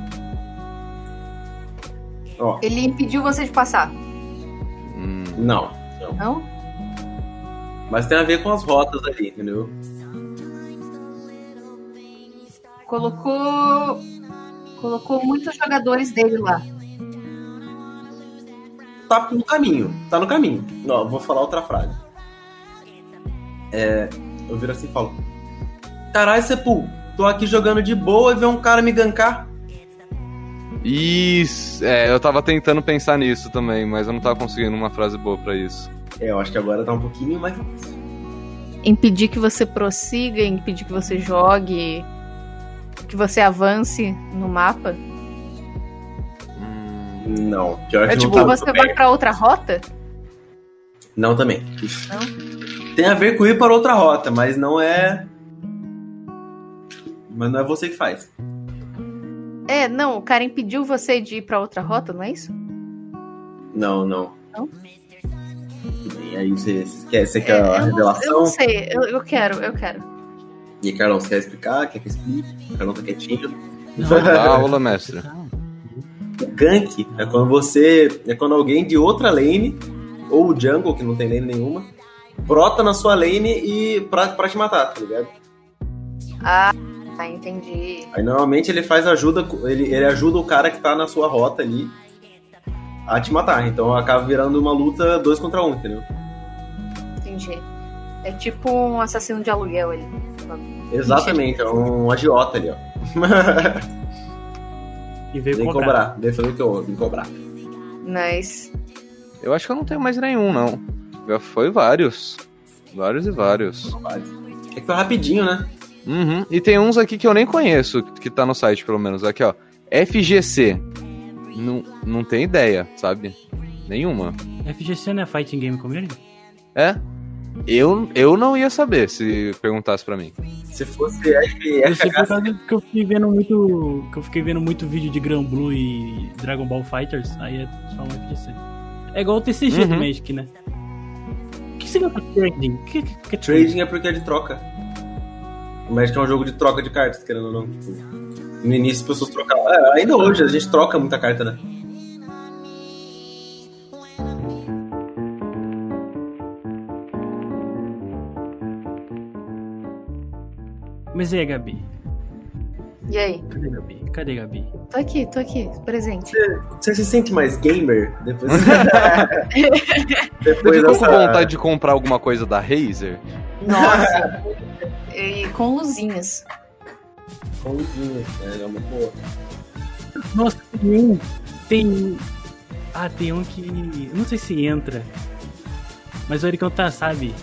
Ó, Ele impediu você de passar, Hum, não. não? Mas tem a ver com as rotas ali, entendeu? Colocou. Colocou muitos jogadores dele lá. tá no caminho, tá no caminho. Ó, vou falar outra frase. É, eu viro assim e falo: Caralho, Sepul, tô aqui jogando de boa e vê um cara me gankar. Isso, é, eu tava tentando pensar nisso também, mas eu não tava conseguindo uma frase boa pra isso. É, eu acho que agora tá um pouquinho mais fácil. Impedir que você prossiga, impedir que você jogue, que você avance no mapa. Hum, Não, pior É que tipo- não, Que tá você também. vai pra outra rota? não também. Tem a ver com ir para outra rota, mas não é. Mas não é você que faz. É, não, o cara impediu você de ir pra outra rota, não é isso? Não, não. Não? E aí você, você quer, você quer É, a eu, não, eu revelação? não sei, eu, eu quero, eu quero. E Carlão, você quer explicar? Quer que eu explique? Carlão tá quietinho. dá é aula, mestre. Gank é quando você. É quando alguém de outra lane, ou jungle, que não tem lane nenhuma, brota na sua lane e pra, pra te matar, tá ligado? Ah, entendi. Aí normalmente ele faz ajuda, co- ele, ele ajuda o cara que tá na sua rota ali a te matar. Então acaba virando uma luta dois contra um, entendeu? Entendi. É tipo um assassino de aluguel ali. Exatamente, é um agiota ali, ó. E veio Vem cobrar. cobrar, vem fazer o que eu vim cobrar. Nice. Eu acho que eu não tenho mais nenhum, não. Já foi vários. Vários e vários. É que foi rapidinho, né? Uhum. E tem uns aqui que eu nem conheço, que tá no site, pelo menos. Aqui, ó. FGC. Não, não tem ideia, sabe? Nenhuma. FGC não é Fighting Game Community? É? Eu, eu não ia saber se perguntasse pra mim. Se fosse É F- Eu sei é por FH, causa que eu fiquei vendo muito. Que eu fiquei vendo muito vídeo de Gran Blue e Dragon Ball Fighters, aí é só um FGC. É igual o TCG Uhum. do Magic, né? O que significa trading? O que, que, que é trading? trading é porque é de troca. O Magic é um jogo de troca de cartas, querendo ou não. Tipo, no início as pessoas trocavam. É, ainda hoje a gente troca muita carta, né? Mas e aí, Gabi? E aí? Cadê Gabi? Cadê Gabi? Tô aqui, tô aqui, presente. Você se sente mais gamer depois. Você depois ficou com dessa- vontade de comprar alguma coisa da Razer? Nossa! e com luzinhas. Pãozinho, É, é uma boa. Nossa, tem um. Tem. um- Ah, tem um que. eu Não sei se entra. Mas o Ericão tá, sabe?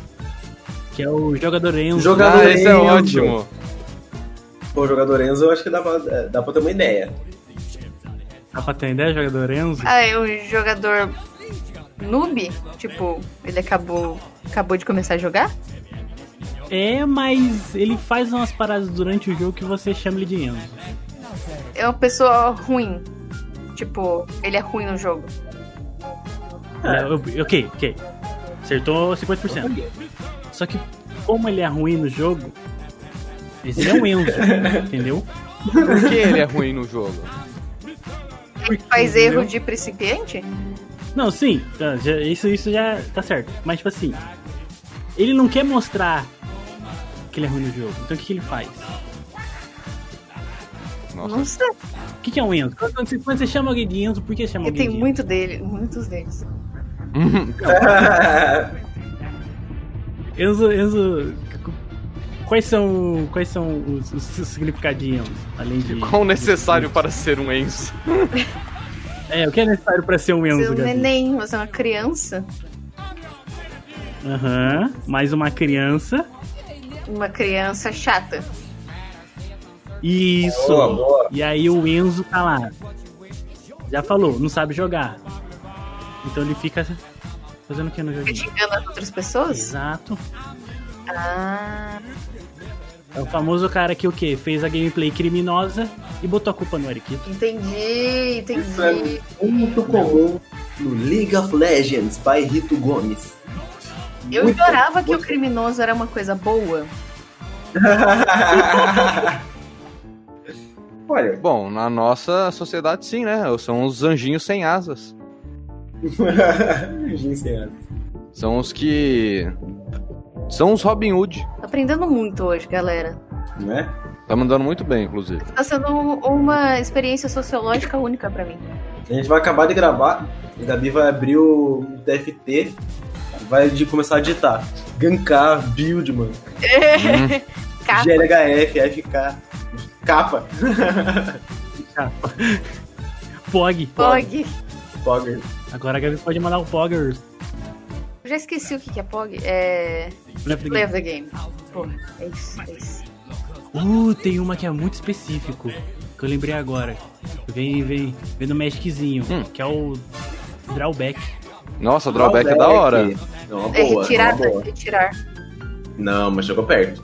Que é o jogador Enzo. Joga- Jogador Ah, esse é Enzo. ótimo. Pô, o jogador Enzo, eu acho que dá pra, é, dá pra ter uma ideia. Dá pra ter ideia, jogador Enzo? Ah, é um jogador noob? Tipo, ele acabou, acabou de começar a jogar? É, mas ele faz umas paradas durante o jogo que você chama ele de Enzo. É uma pessoa ruim. Tipo, ele é ruim no jogo. Não, eu- ok, ok. Acertou 50%. Só que, como ele é ruim no jogo, esse é um Enzo, entendeu? Por que ele é ruim no jogo? Ele faz Entendeu? erro de principiante? Não, sim, tá, já- isso, isso já tá certo. Mas, tipo assim, ele não quer mostrar que ele é ruim no jogo. Então, o que, que ele faz? Nossa, Não sei. O que, que é um Enzo? Quando, quando você, quando você chama alguém de Enzo, por que chama E alguém tem de muito dele, muitos deles. Enzo? Enzo, Enzo, quais são, quais são os, os, os significados de Enzo? Além de... qual o necessário para ser um Enzo? É, o que é necessário pra ser um Você é Enzo, um Gabi? neném, você é uma criança. Aham, mais uma criança. Uma criança chata. Isso. Boa, boa. E aí o Enzo tá lá. Já falou, não sabe jogar. Então ele fica fazendo o que no joguinho? Criticando as outras pessoas? Exato. Ah, É o famoso cara que o quê? Fez a gameplay criminosa e botou a culpa no Eriquito. entendi, Isso é entendi. muito comum no League of Legends, by Rito Gomes. Eu Muito, ignorava que o muito. criminoso era uma coisa boa. Olha, Bom, na nossa sociedade sim, né? São os anjinhos sem asas. Jim Serra. São os que. São os Robin Hood. Tô aprendendo muito hoje, galera. né? Tá mandando muito bem, inclusive. Tá sendo uma experiência sociológica única pra mim. A gente vai acabar de gravar, o Gabi vai abrir o TFT, vai de começar a digitar. Gankar, build, mano. Capa. é GLHF, FK, capa, Tá. Pog. Pog. Pogger. Agora a Gabi pode mandar o Pogger. Eu já esqueci o que que é Pog. É. Play of the Game. Porra, é isso, é isso. Uh, tem uma que é muito específico. Que eu lembrei agora. Vem, vem, vem no Magiczinho, Hum. que é o Drawback. Nossa, drawback é da hora. É uma boa, É é uma retirar, boa. retirar. Não, mas chegou perto.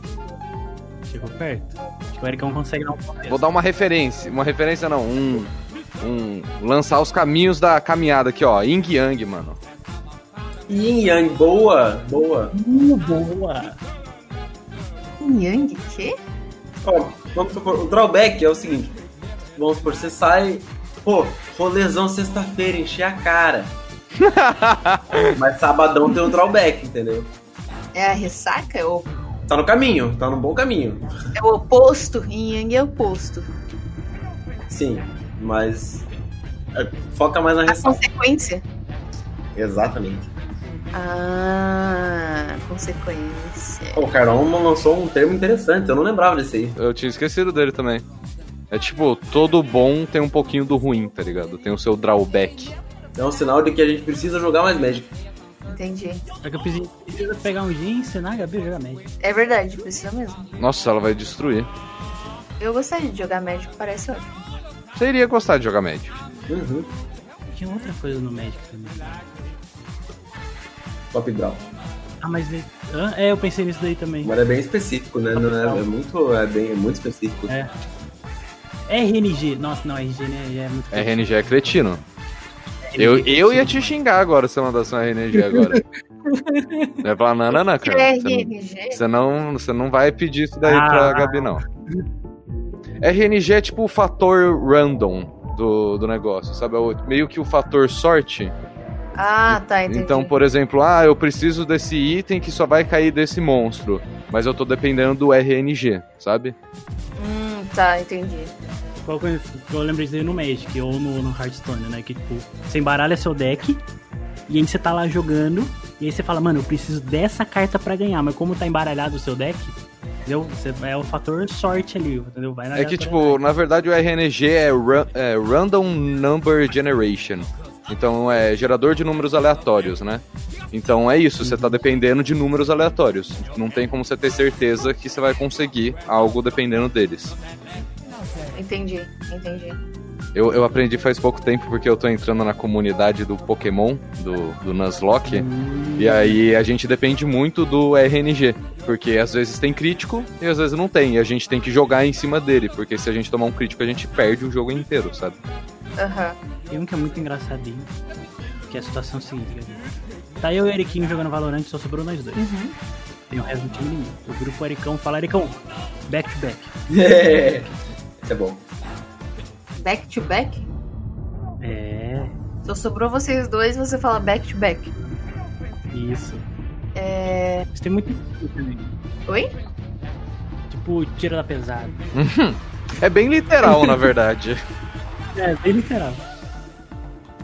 Chegou perto. Acho que o Ericão consegue dar um contexto. Vou dar uma referência. Uma referência não, um. Um. Lançar os caminhos da caminhada aqui, ó. Ying Yang, mano. Yin Yang, boa, boa. Uh, boa! Yin Yang, quê? Ó, vamos supor, o drawback é o seguinte. Vamos supor, você sai, pô, rolezão sexta-feira, encher a cara. Mas sabadão tem o drawback, entendeu? É a ressaca? É o, Tá no caminho, tá no bom caminho. é o oposto? Yin Yang é o oposto. Sim, mas é, foca mais na A ressalva. consequência? Exatamente. Ah, consequência. Pô, o Carol lançou um termo interessante, eu não lembrava desse aí. Eu tinha esquecido dele também. É tipo, todo bom tem um pouquinho do ruim, tá ligado? Tem o seu drawback. É um sinal de que a gente precisa jogar mais Magic. Entendi. Só É que eu preciso- preciso pegar um dia e ensinar a Gabi a jogar Magic. É verdade, precisa mesmo. Nossa, ela vai destruir. Eu gostaria de jogar médico, parece ótimo. Você iria gostar de jogar Magic. Uhum. tinha outra coisa no Magic também. Top Draw. Ah, mas. veio- Hã? É, eu pensei nisso daí também. Mas é bem específico, né? Não é, é muito, é, bem, é muito específico. É. RNG. Nossa, não, RNG né, já é muito. RNG é cretino. Eu, é eu ia te xingar agora se eu mandasse um uma RNG agora. Vai falar, não, não, não, Que cara. é Você não- RNG? Você não, você não vai pedir isso daí Ah. pra Gabi, não. RNG é tipo o fator random do, do negócio, sabe? É o- meio que o fator sorte. Ah, tá, entendi. Então, por exemplo, ah, eu preciso desse item que só vai cair desse monstro, mas eu tô dependendo do RNG, sabe? Hum, tá, entendi. Qual que eu, que eu lembrei disso daí no Magic ou no, no Hearthstone, né? Que tipo, você embaralha seu deck e aí você tá lá jogando e aí você fala, mano, eu preciso dessa carta pra ganhar, mas como tá embaralhado o seu deck, entendeu? Você- é o fator sorte ali, entendeu? Vai na É que, aleatoriedade. tipo, na verdade o RNG é, ra- é Random Number Generation. Então é gerador de números aleatórios, né? Então é isso, você tá dependendo de números aleatórios. Não tem como você ter certeza que você vai conseguir algo dependendo deles. Entendi, entendi. Eu, eu aprendi faz pouco tempo porque eu tô entrando na comunidade do Pokémon, do, do Nuzlocke. E aí a gente depende muito do RNG, porque às vezes tem crítico e às vezes não tem. E a gente tem que jogar em cima dele, porque se a gente tomar um crítico a gente perde o jogo inteiro, sabe? Aham. Tem um que é muito engraçadinho, que é a situação seguinte, Gabi. Tá eu e o Eriquinho jogando Valorant, só sobrou nós dois. Tem o resto do time inimigo. Eu viro pro Ericão e falo, Ericão, back to back. Isso é bom. Back to back? É, Só sobrou vocês dois você fala back to back. isso. É... Isso tem muito também. Oi? Tipo, tira da pesada. É bem literal, na verdade. É, bem literal.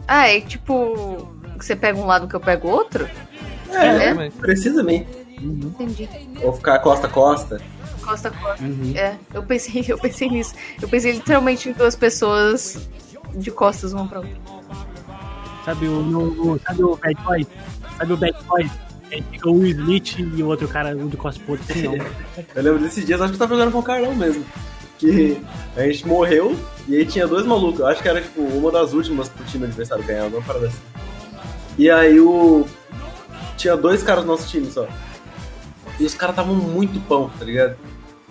Ah, é tipo. Você pega um lado que eu pego o outro? É, né? Precisa bem. Entendi. Ou ficar costa a costa. Costa a costa. Uhum. É, eu pensei, eu pensei nisso. Eu pensei literalmente em duas pessoas de costas uma pra outra. Sabe o, no- o- sabe o Bad Boy? Sabe o Bad Boy? Aí fica o Smith e o outro cara, um de costas pro outro, assim, não. Eu lembro desses dias, acho que eu tava jogando com o Carlão mesmo. Que a gente morreu e aí tinha dois malucos. Eu acho que era tipo uma das últimas pro time adversário ganhar, alguma parada assim. E aí o. Tinha dois caras no nosso time só. E os caras estavam muito pão, tá ligado?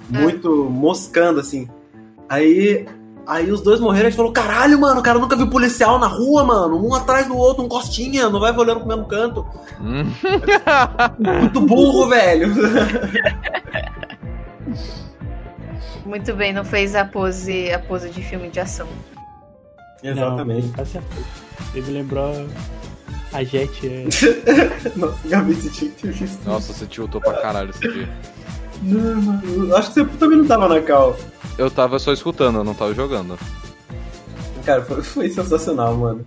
Muito moscando, assim. Aí. Aí os dois morreram, a gente falou, caralho, mano, o cara nunca viu policial na rua, mano. Um atrás do outro, um costinha, não vai olhando pro mesmo canto. Hum. Muito burro, velho. Muito bem, não fez a pose, a pose de filme de ação. Exatamente. Não, tá certo. Ele lembrou a Jet. É... Nossa, Gabi, você tinha que ter visto. Nossa, você tiltou pra caralho esse dia. Não, mano, eu acho que você também não tava na cal. Eu tava só escutando, eu não tava jogando. Cara, foi, foi sensacional, mano.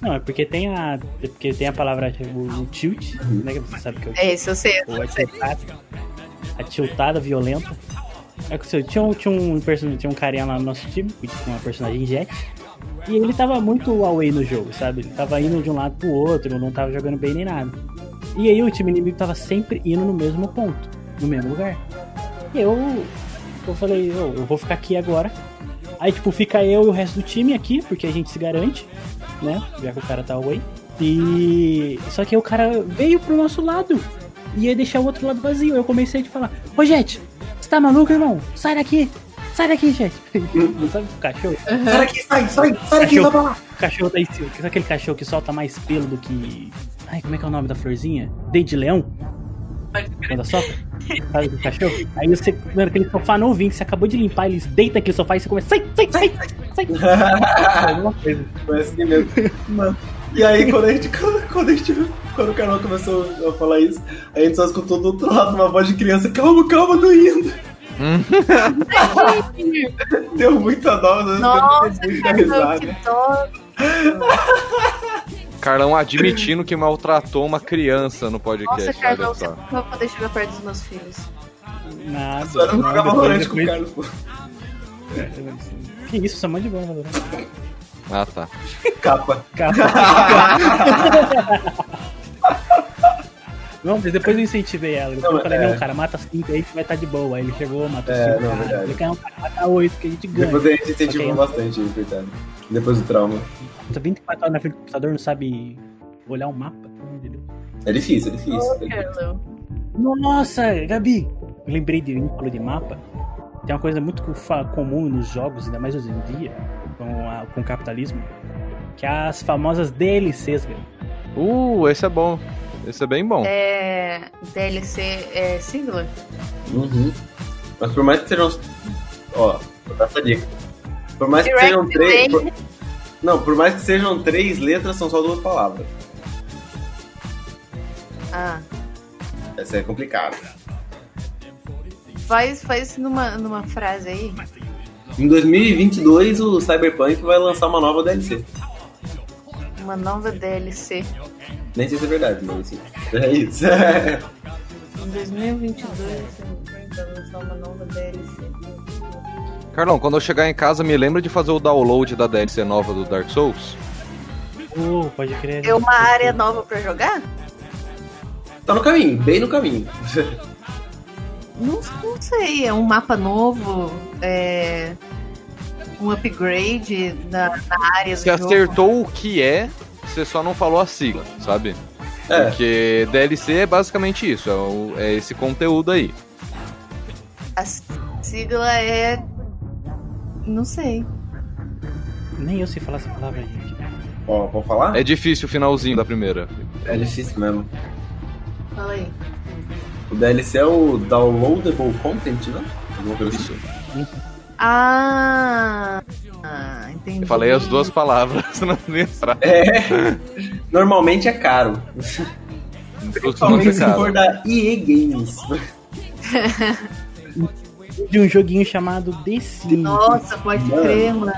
Não, é porque tem a. É porque tem a palavra o, o tilt, né? Que você sabe que é o É isso, eu sei. Ou a tiltada, a tiltada violenta. É que o seu, tinha, um- tinha, um, person- tinha um carinha lá no nosso time, que tinha uma personagem Jet, e ele tava muito away no jogo, sabe? Ele tava indo de um lado pro outro, não tava jogando bem nem nada. E aí o time inimigo tava sempre indo no mesmo ponto, no mesmo lugar. E eu, eu falei, "Ô, eu vou ficar aqui agora. Aí, tipo, fica eu e o resto do time aqui, porque a gente se garante, né? Já que o cara tá away. E. Só que aí o cara veio pro nosso lado e ia deixar o outro lado vazio. Eu comecei a te falar: Ô, Jet, você tá maluco, irmão? Sai daqui! Sai daqui, Jet! Não sabe o cachorro? Sai daqui, sai, sai, sai daqui, Cachorro. vai pra lá. O cachorro da Sil- Sabe aquele cachorro que solta mais pelo do que. Ai, como é que é o nome da florzinha? Dente de leão? Quando sopra? Sabe aquele cachorro? Aí você, mano, aquele sofá novinho que você acabou de limpar, eles deitam aquele sofá e você começa. Sai, sai, sai! sai. Alguma coisa. Foi assim mesmo. Mano. E aí, quando a gente. Quando, quando a gente. Quando o canal começou a falar isso, a gente só escutou do outro lado uma voz de criança: calma, calma, tô indo. Deu muita dó, né? Nossa, Deu muita Carlão, que risada. dó. Carlão admitindo que maltratou uma criança no podcast. Nossa, Carlão, é olha você só. nunca vai poder chegar perto dos meus filhos. Nada. Só era um nada, jogar valorante depois- com o Carlos, pô. depois- Que isso, isso é mó de bom, Valorant. Ah, tá. Capa. Não, mas depois eu incentivei ela. Não, eu falei, é. não, cara, mata cinco aí que vai estar de boa. Aí ele chegou, matou É, cinco. não, cara. verdade. Eu falei, não, cara, mata oito que a gente ganha. Depois a gente incentivou Ok. bastante, coitado. Depois do trauma. Tá 24 horas na frente do computador, não sabe olhar o mapa. tá entendeu? É difícil, é difícil. Nossa, Gabi! Eu Lembrei de vínculo de mapa. Tem uma coisa muito co- fa- comum nos jogos, ainda mais hoje em dia, com, a- com o capitalismo, que é as famosas DLCs, velho. Uh, esse é bom. Esse é bem bom. É, DLC é sigla? Uhum. Mas por mais que sejam. Ó, vou dar essa dica. Por mais que Direct sejam três. Delay. por- Não, por mais que sejam três letras, são só duas palavras. Ah. Essa é complicada. Faz, faz numa, numa frase aí. Em 2022, o Cyberpunk vai lançar uma nova DLC. Uma nova DLC. Nem sei se é verdade, mas assim. É isso. Em 2022, vai lançar então, uma nova DLC. Carlão, quando eu chegar em casa, me lembra de fazer o download da DLC nova do Dark Souls? Oh, pode crer. É uma área nova pra jogar? tá no caminho, bem no caminho. Não, não sei. É um mapa novo? É. Um upgrade na, na área do Você jogo. acertou o que é, você só não falou a sigla, sabe? É. Porque DLC é basicamente isso, é, o- é esse conteúdo aí. A sigla é. Não sei. Nem eu sei falar essa palavra, gente. Ó, vamos falar? É difícil o finalzinho da primeira. É difícil mesmo. Fala aí. O DLC é o Downloadable Content, né? Alguma coisa assim. Isso. Ah! ah, entendi. Eu falei as duas palavras na minha frase. Normalmente é caro. É, Costuma Principalmente ser se for é caro. da EA Games. De um joguinho chamado The Sims. Nossa, pode Mano. crer, mano.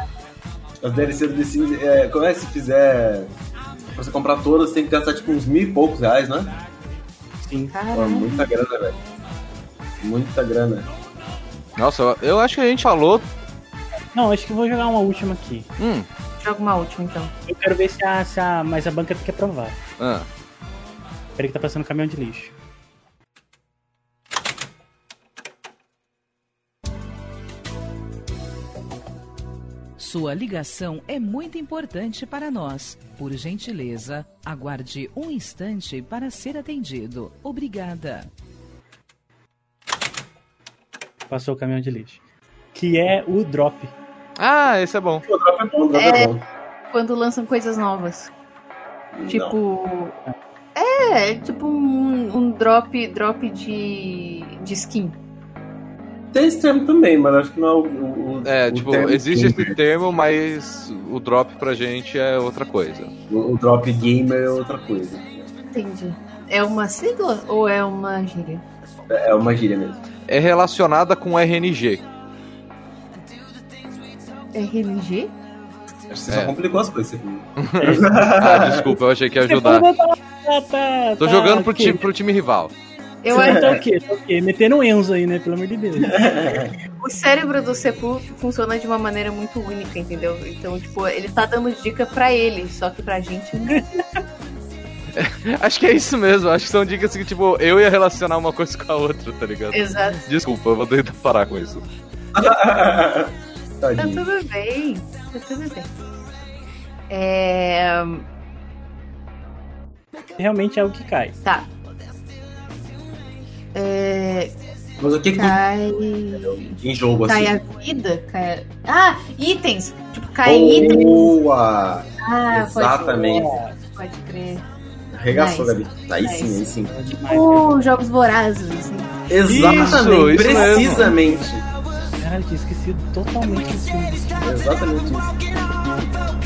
As DLC do The Sims, é, como é que se fizer. Pra você comprar todas, tem que gastar tipo uns mil e poucos reais, né? Sim. Pô, é Caralho. muita grana, velho. Muita grana. Nossa, eu- eu acho que a gente falou. Não, acho que eu vou jogar uma última aqui. Hum, Joga uma última então. Eu quero ver se a. Se a mas a banca tem que aprovar. ah, Peraí que tá passando caminhão de lixo. Sua ligação é muito importante para nós. Por gentileza, aguarde um instante para ser atendido. Obrigada. Passou o caminhão de lixo. Que é o drop. ah, esse é bom. O drop é bom, o drop é, É. bom. Quando lançam coisas novas. Não. Tipo. É, é tipo um, um drop, drop de, de skin. Tem esse termo também, mas acho que não é o. o É, o tipo, termo existe gamer. esse termo, mas o drop pra gente é outra coisa. O, o drop gamer é outra coisa. Entendi. É uma sigla ou é uma gíria? É é uma gíria mesmo. É relacionada com RNG. É RNG? Você É. só complicou as coisas. Ah, desculpa, eu achei que ia ajudar. Ah, tá, Tô tá, jogando pro ok. time, pro time rival. Eu Sim, acho tá ok, tá ok. Metendo um Enzo aí, né? Pelo amor de Deus. o cérebro do Sepu funciona de uma maneira muito única, entendeu? Então, tipo, ele tá dando dica pra ele, só que pra gente não. Acho que é isso mesmo. Acho que são dicas que, tipo, eu ia relacionar uma coisa com a outra, tá ligado? Exato. É. Desculpa, eu vou tentar parar com isso. Tá Tadinho. tudo bem, tá tudo bem. É, Realmente é o que cai. Tá. É, Mas o que que cai. em jogo Cai assim? a vida? Cai... a- Ah, itens! Tipo, cai Oh! itens. Boa! Ah, pode Exatamente. crer, Pode crer. Arregaçou, Nice. Gabi. Aí sim, aí sim. É demais, Uh, jogos vorazes, assim. Exatamente, isso precisamente. cara. Caralho, tinha esquecido totalmente esse filme. Exatamente isso.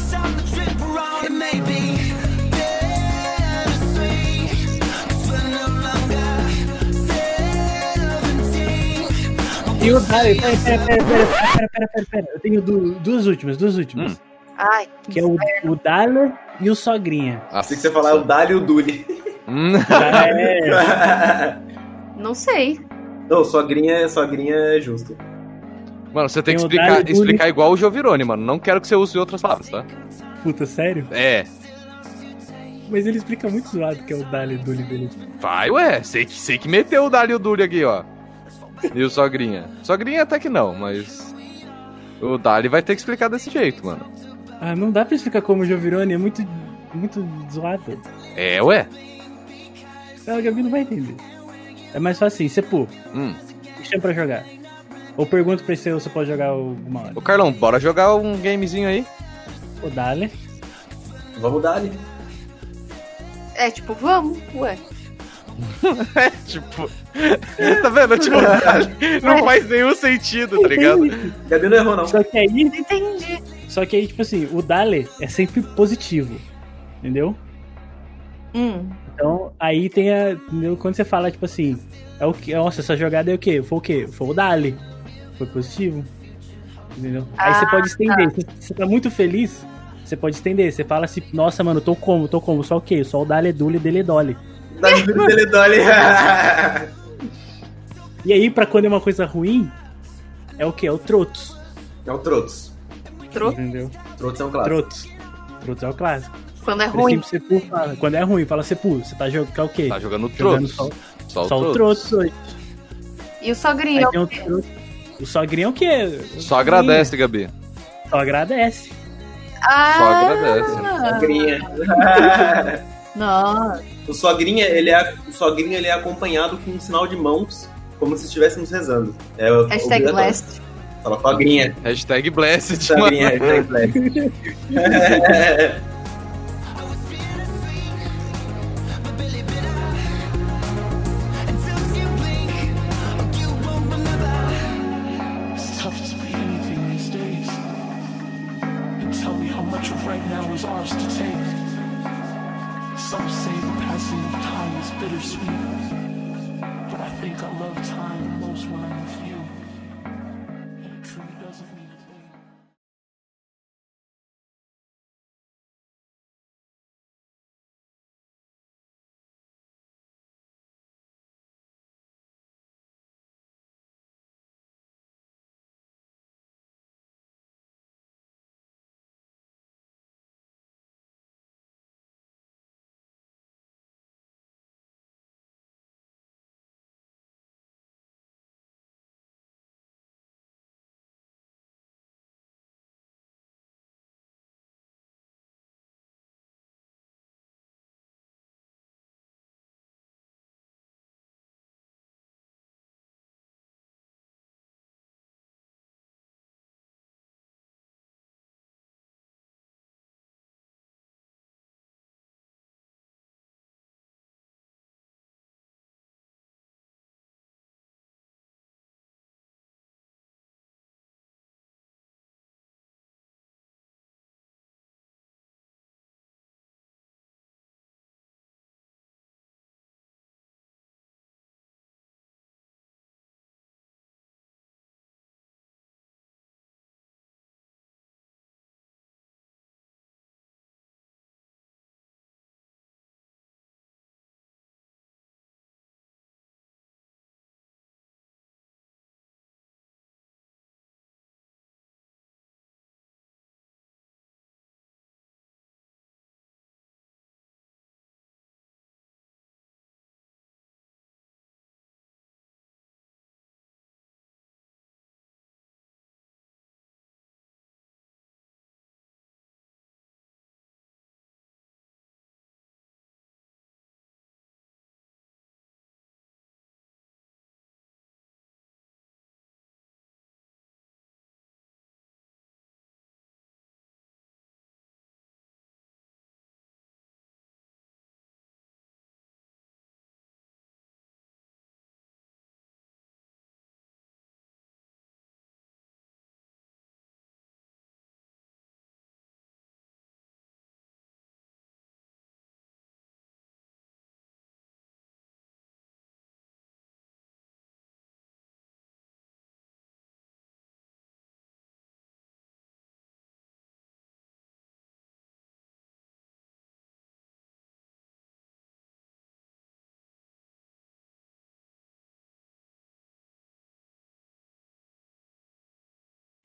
E o Dario, pera, pera, pera, pera, pera, pera, pera, pera. Eu tenho du- duas últimas, duas últimas. Hum. Ai, Que é o, o Dario e o Sogrinha. Assim que você falar é o Dali e o Duli. Hum, Cara, é- não sei. Não, sogrinha, sogrinha é justo. Mano, você tem que Tem o Dario explicar, Bulli. explicar igual o Giovirone, mano. Não quero que você use outras palavras, tá? Puta, sério? É. Mas ele explica muito zoado que é o Dario do dele. Vai, ué. Sei que, sei que meteu o Dali e o Dulli aqui, ó. E o Sogrinha. Sogrinha até que não, mas. O Dali vai ter que explicar desse jeito, mano. Ah, não dá pra explicar como o Jovirone é muito, muito zoado. É, ué. A Gabi não vai entender. É mais fácil assim, você pô, Hum. me chama pra jogar. Ou pergunto pra ele se você pode jogar alguma hora. Ô, Carlão, bora jogar um gamezinho aí. O Dale. Vamos dar ali. É tipo, vamos, ué. É, Tipo, tá vendo? Tipo, não faz nenhum sentido, tá ligado? Gabi não errou, não. Só que aí, Entendi. só que aí, tipo assim, o Dale é sempre positivo. Entendeu? Hum, Então, aí tem a. entendeu? Quando você fala, tipo assim, é o que. Nossa, essa jogada é o quê? Foi o quê? Foi o Dali. Foi positivo. Entendeu? aí você pode estender. Se Você Ah, tá muito feliz, você pode estender. Você fala assim, nossa, mano, tô como, tô como, só o quê? Só o Dali é Dule dele é Dolly. Davi do Teledoli. E aí, pra quando é uma coisa ruim, é o quê? É o Trotos. É o Trotos. troco Entendeu? Trotos é um clássico. Trotos. Trotos é o clássico. quando é Por ruim. exemplo, você pula, fala, quando é ruim, fala Sepu, você tá jogando tá o quê? Tá jogando Jogando trotos. só, Só, só o o Trotos trotos. hoje. E o Aí sogrinho, tem é o Trotos. O sogrinho é o quê? Só agradece, Gabi. Só agradece. um Ah, Só agradece. Sogrinha. Não, o sogrinha, ele é, o sogrinha, ele é acompanhado com um sinal de mãos, como se estivéssemos rezando. É o- hashtag obrigatório. blessed. Fala sogrinha. Hashtag blessed, Sogrinha, mano. hashtag blessed. It's tough to be anything these days. And tell me how much of right now is ours to take. Some say the passing of time is bittersweet. But I think I love time the most when I'm with you. And it truly doesn't mean a thing.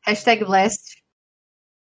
Hashtag blessed.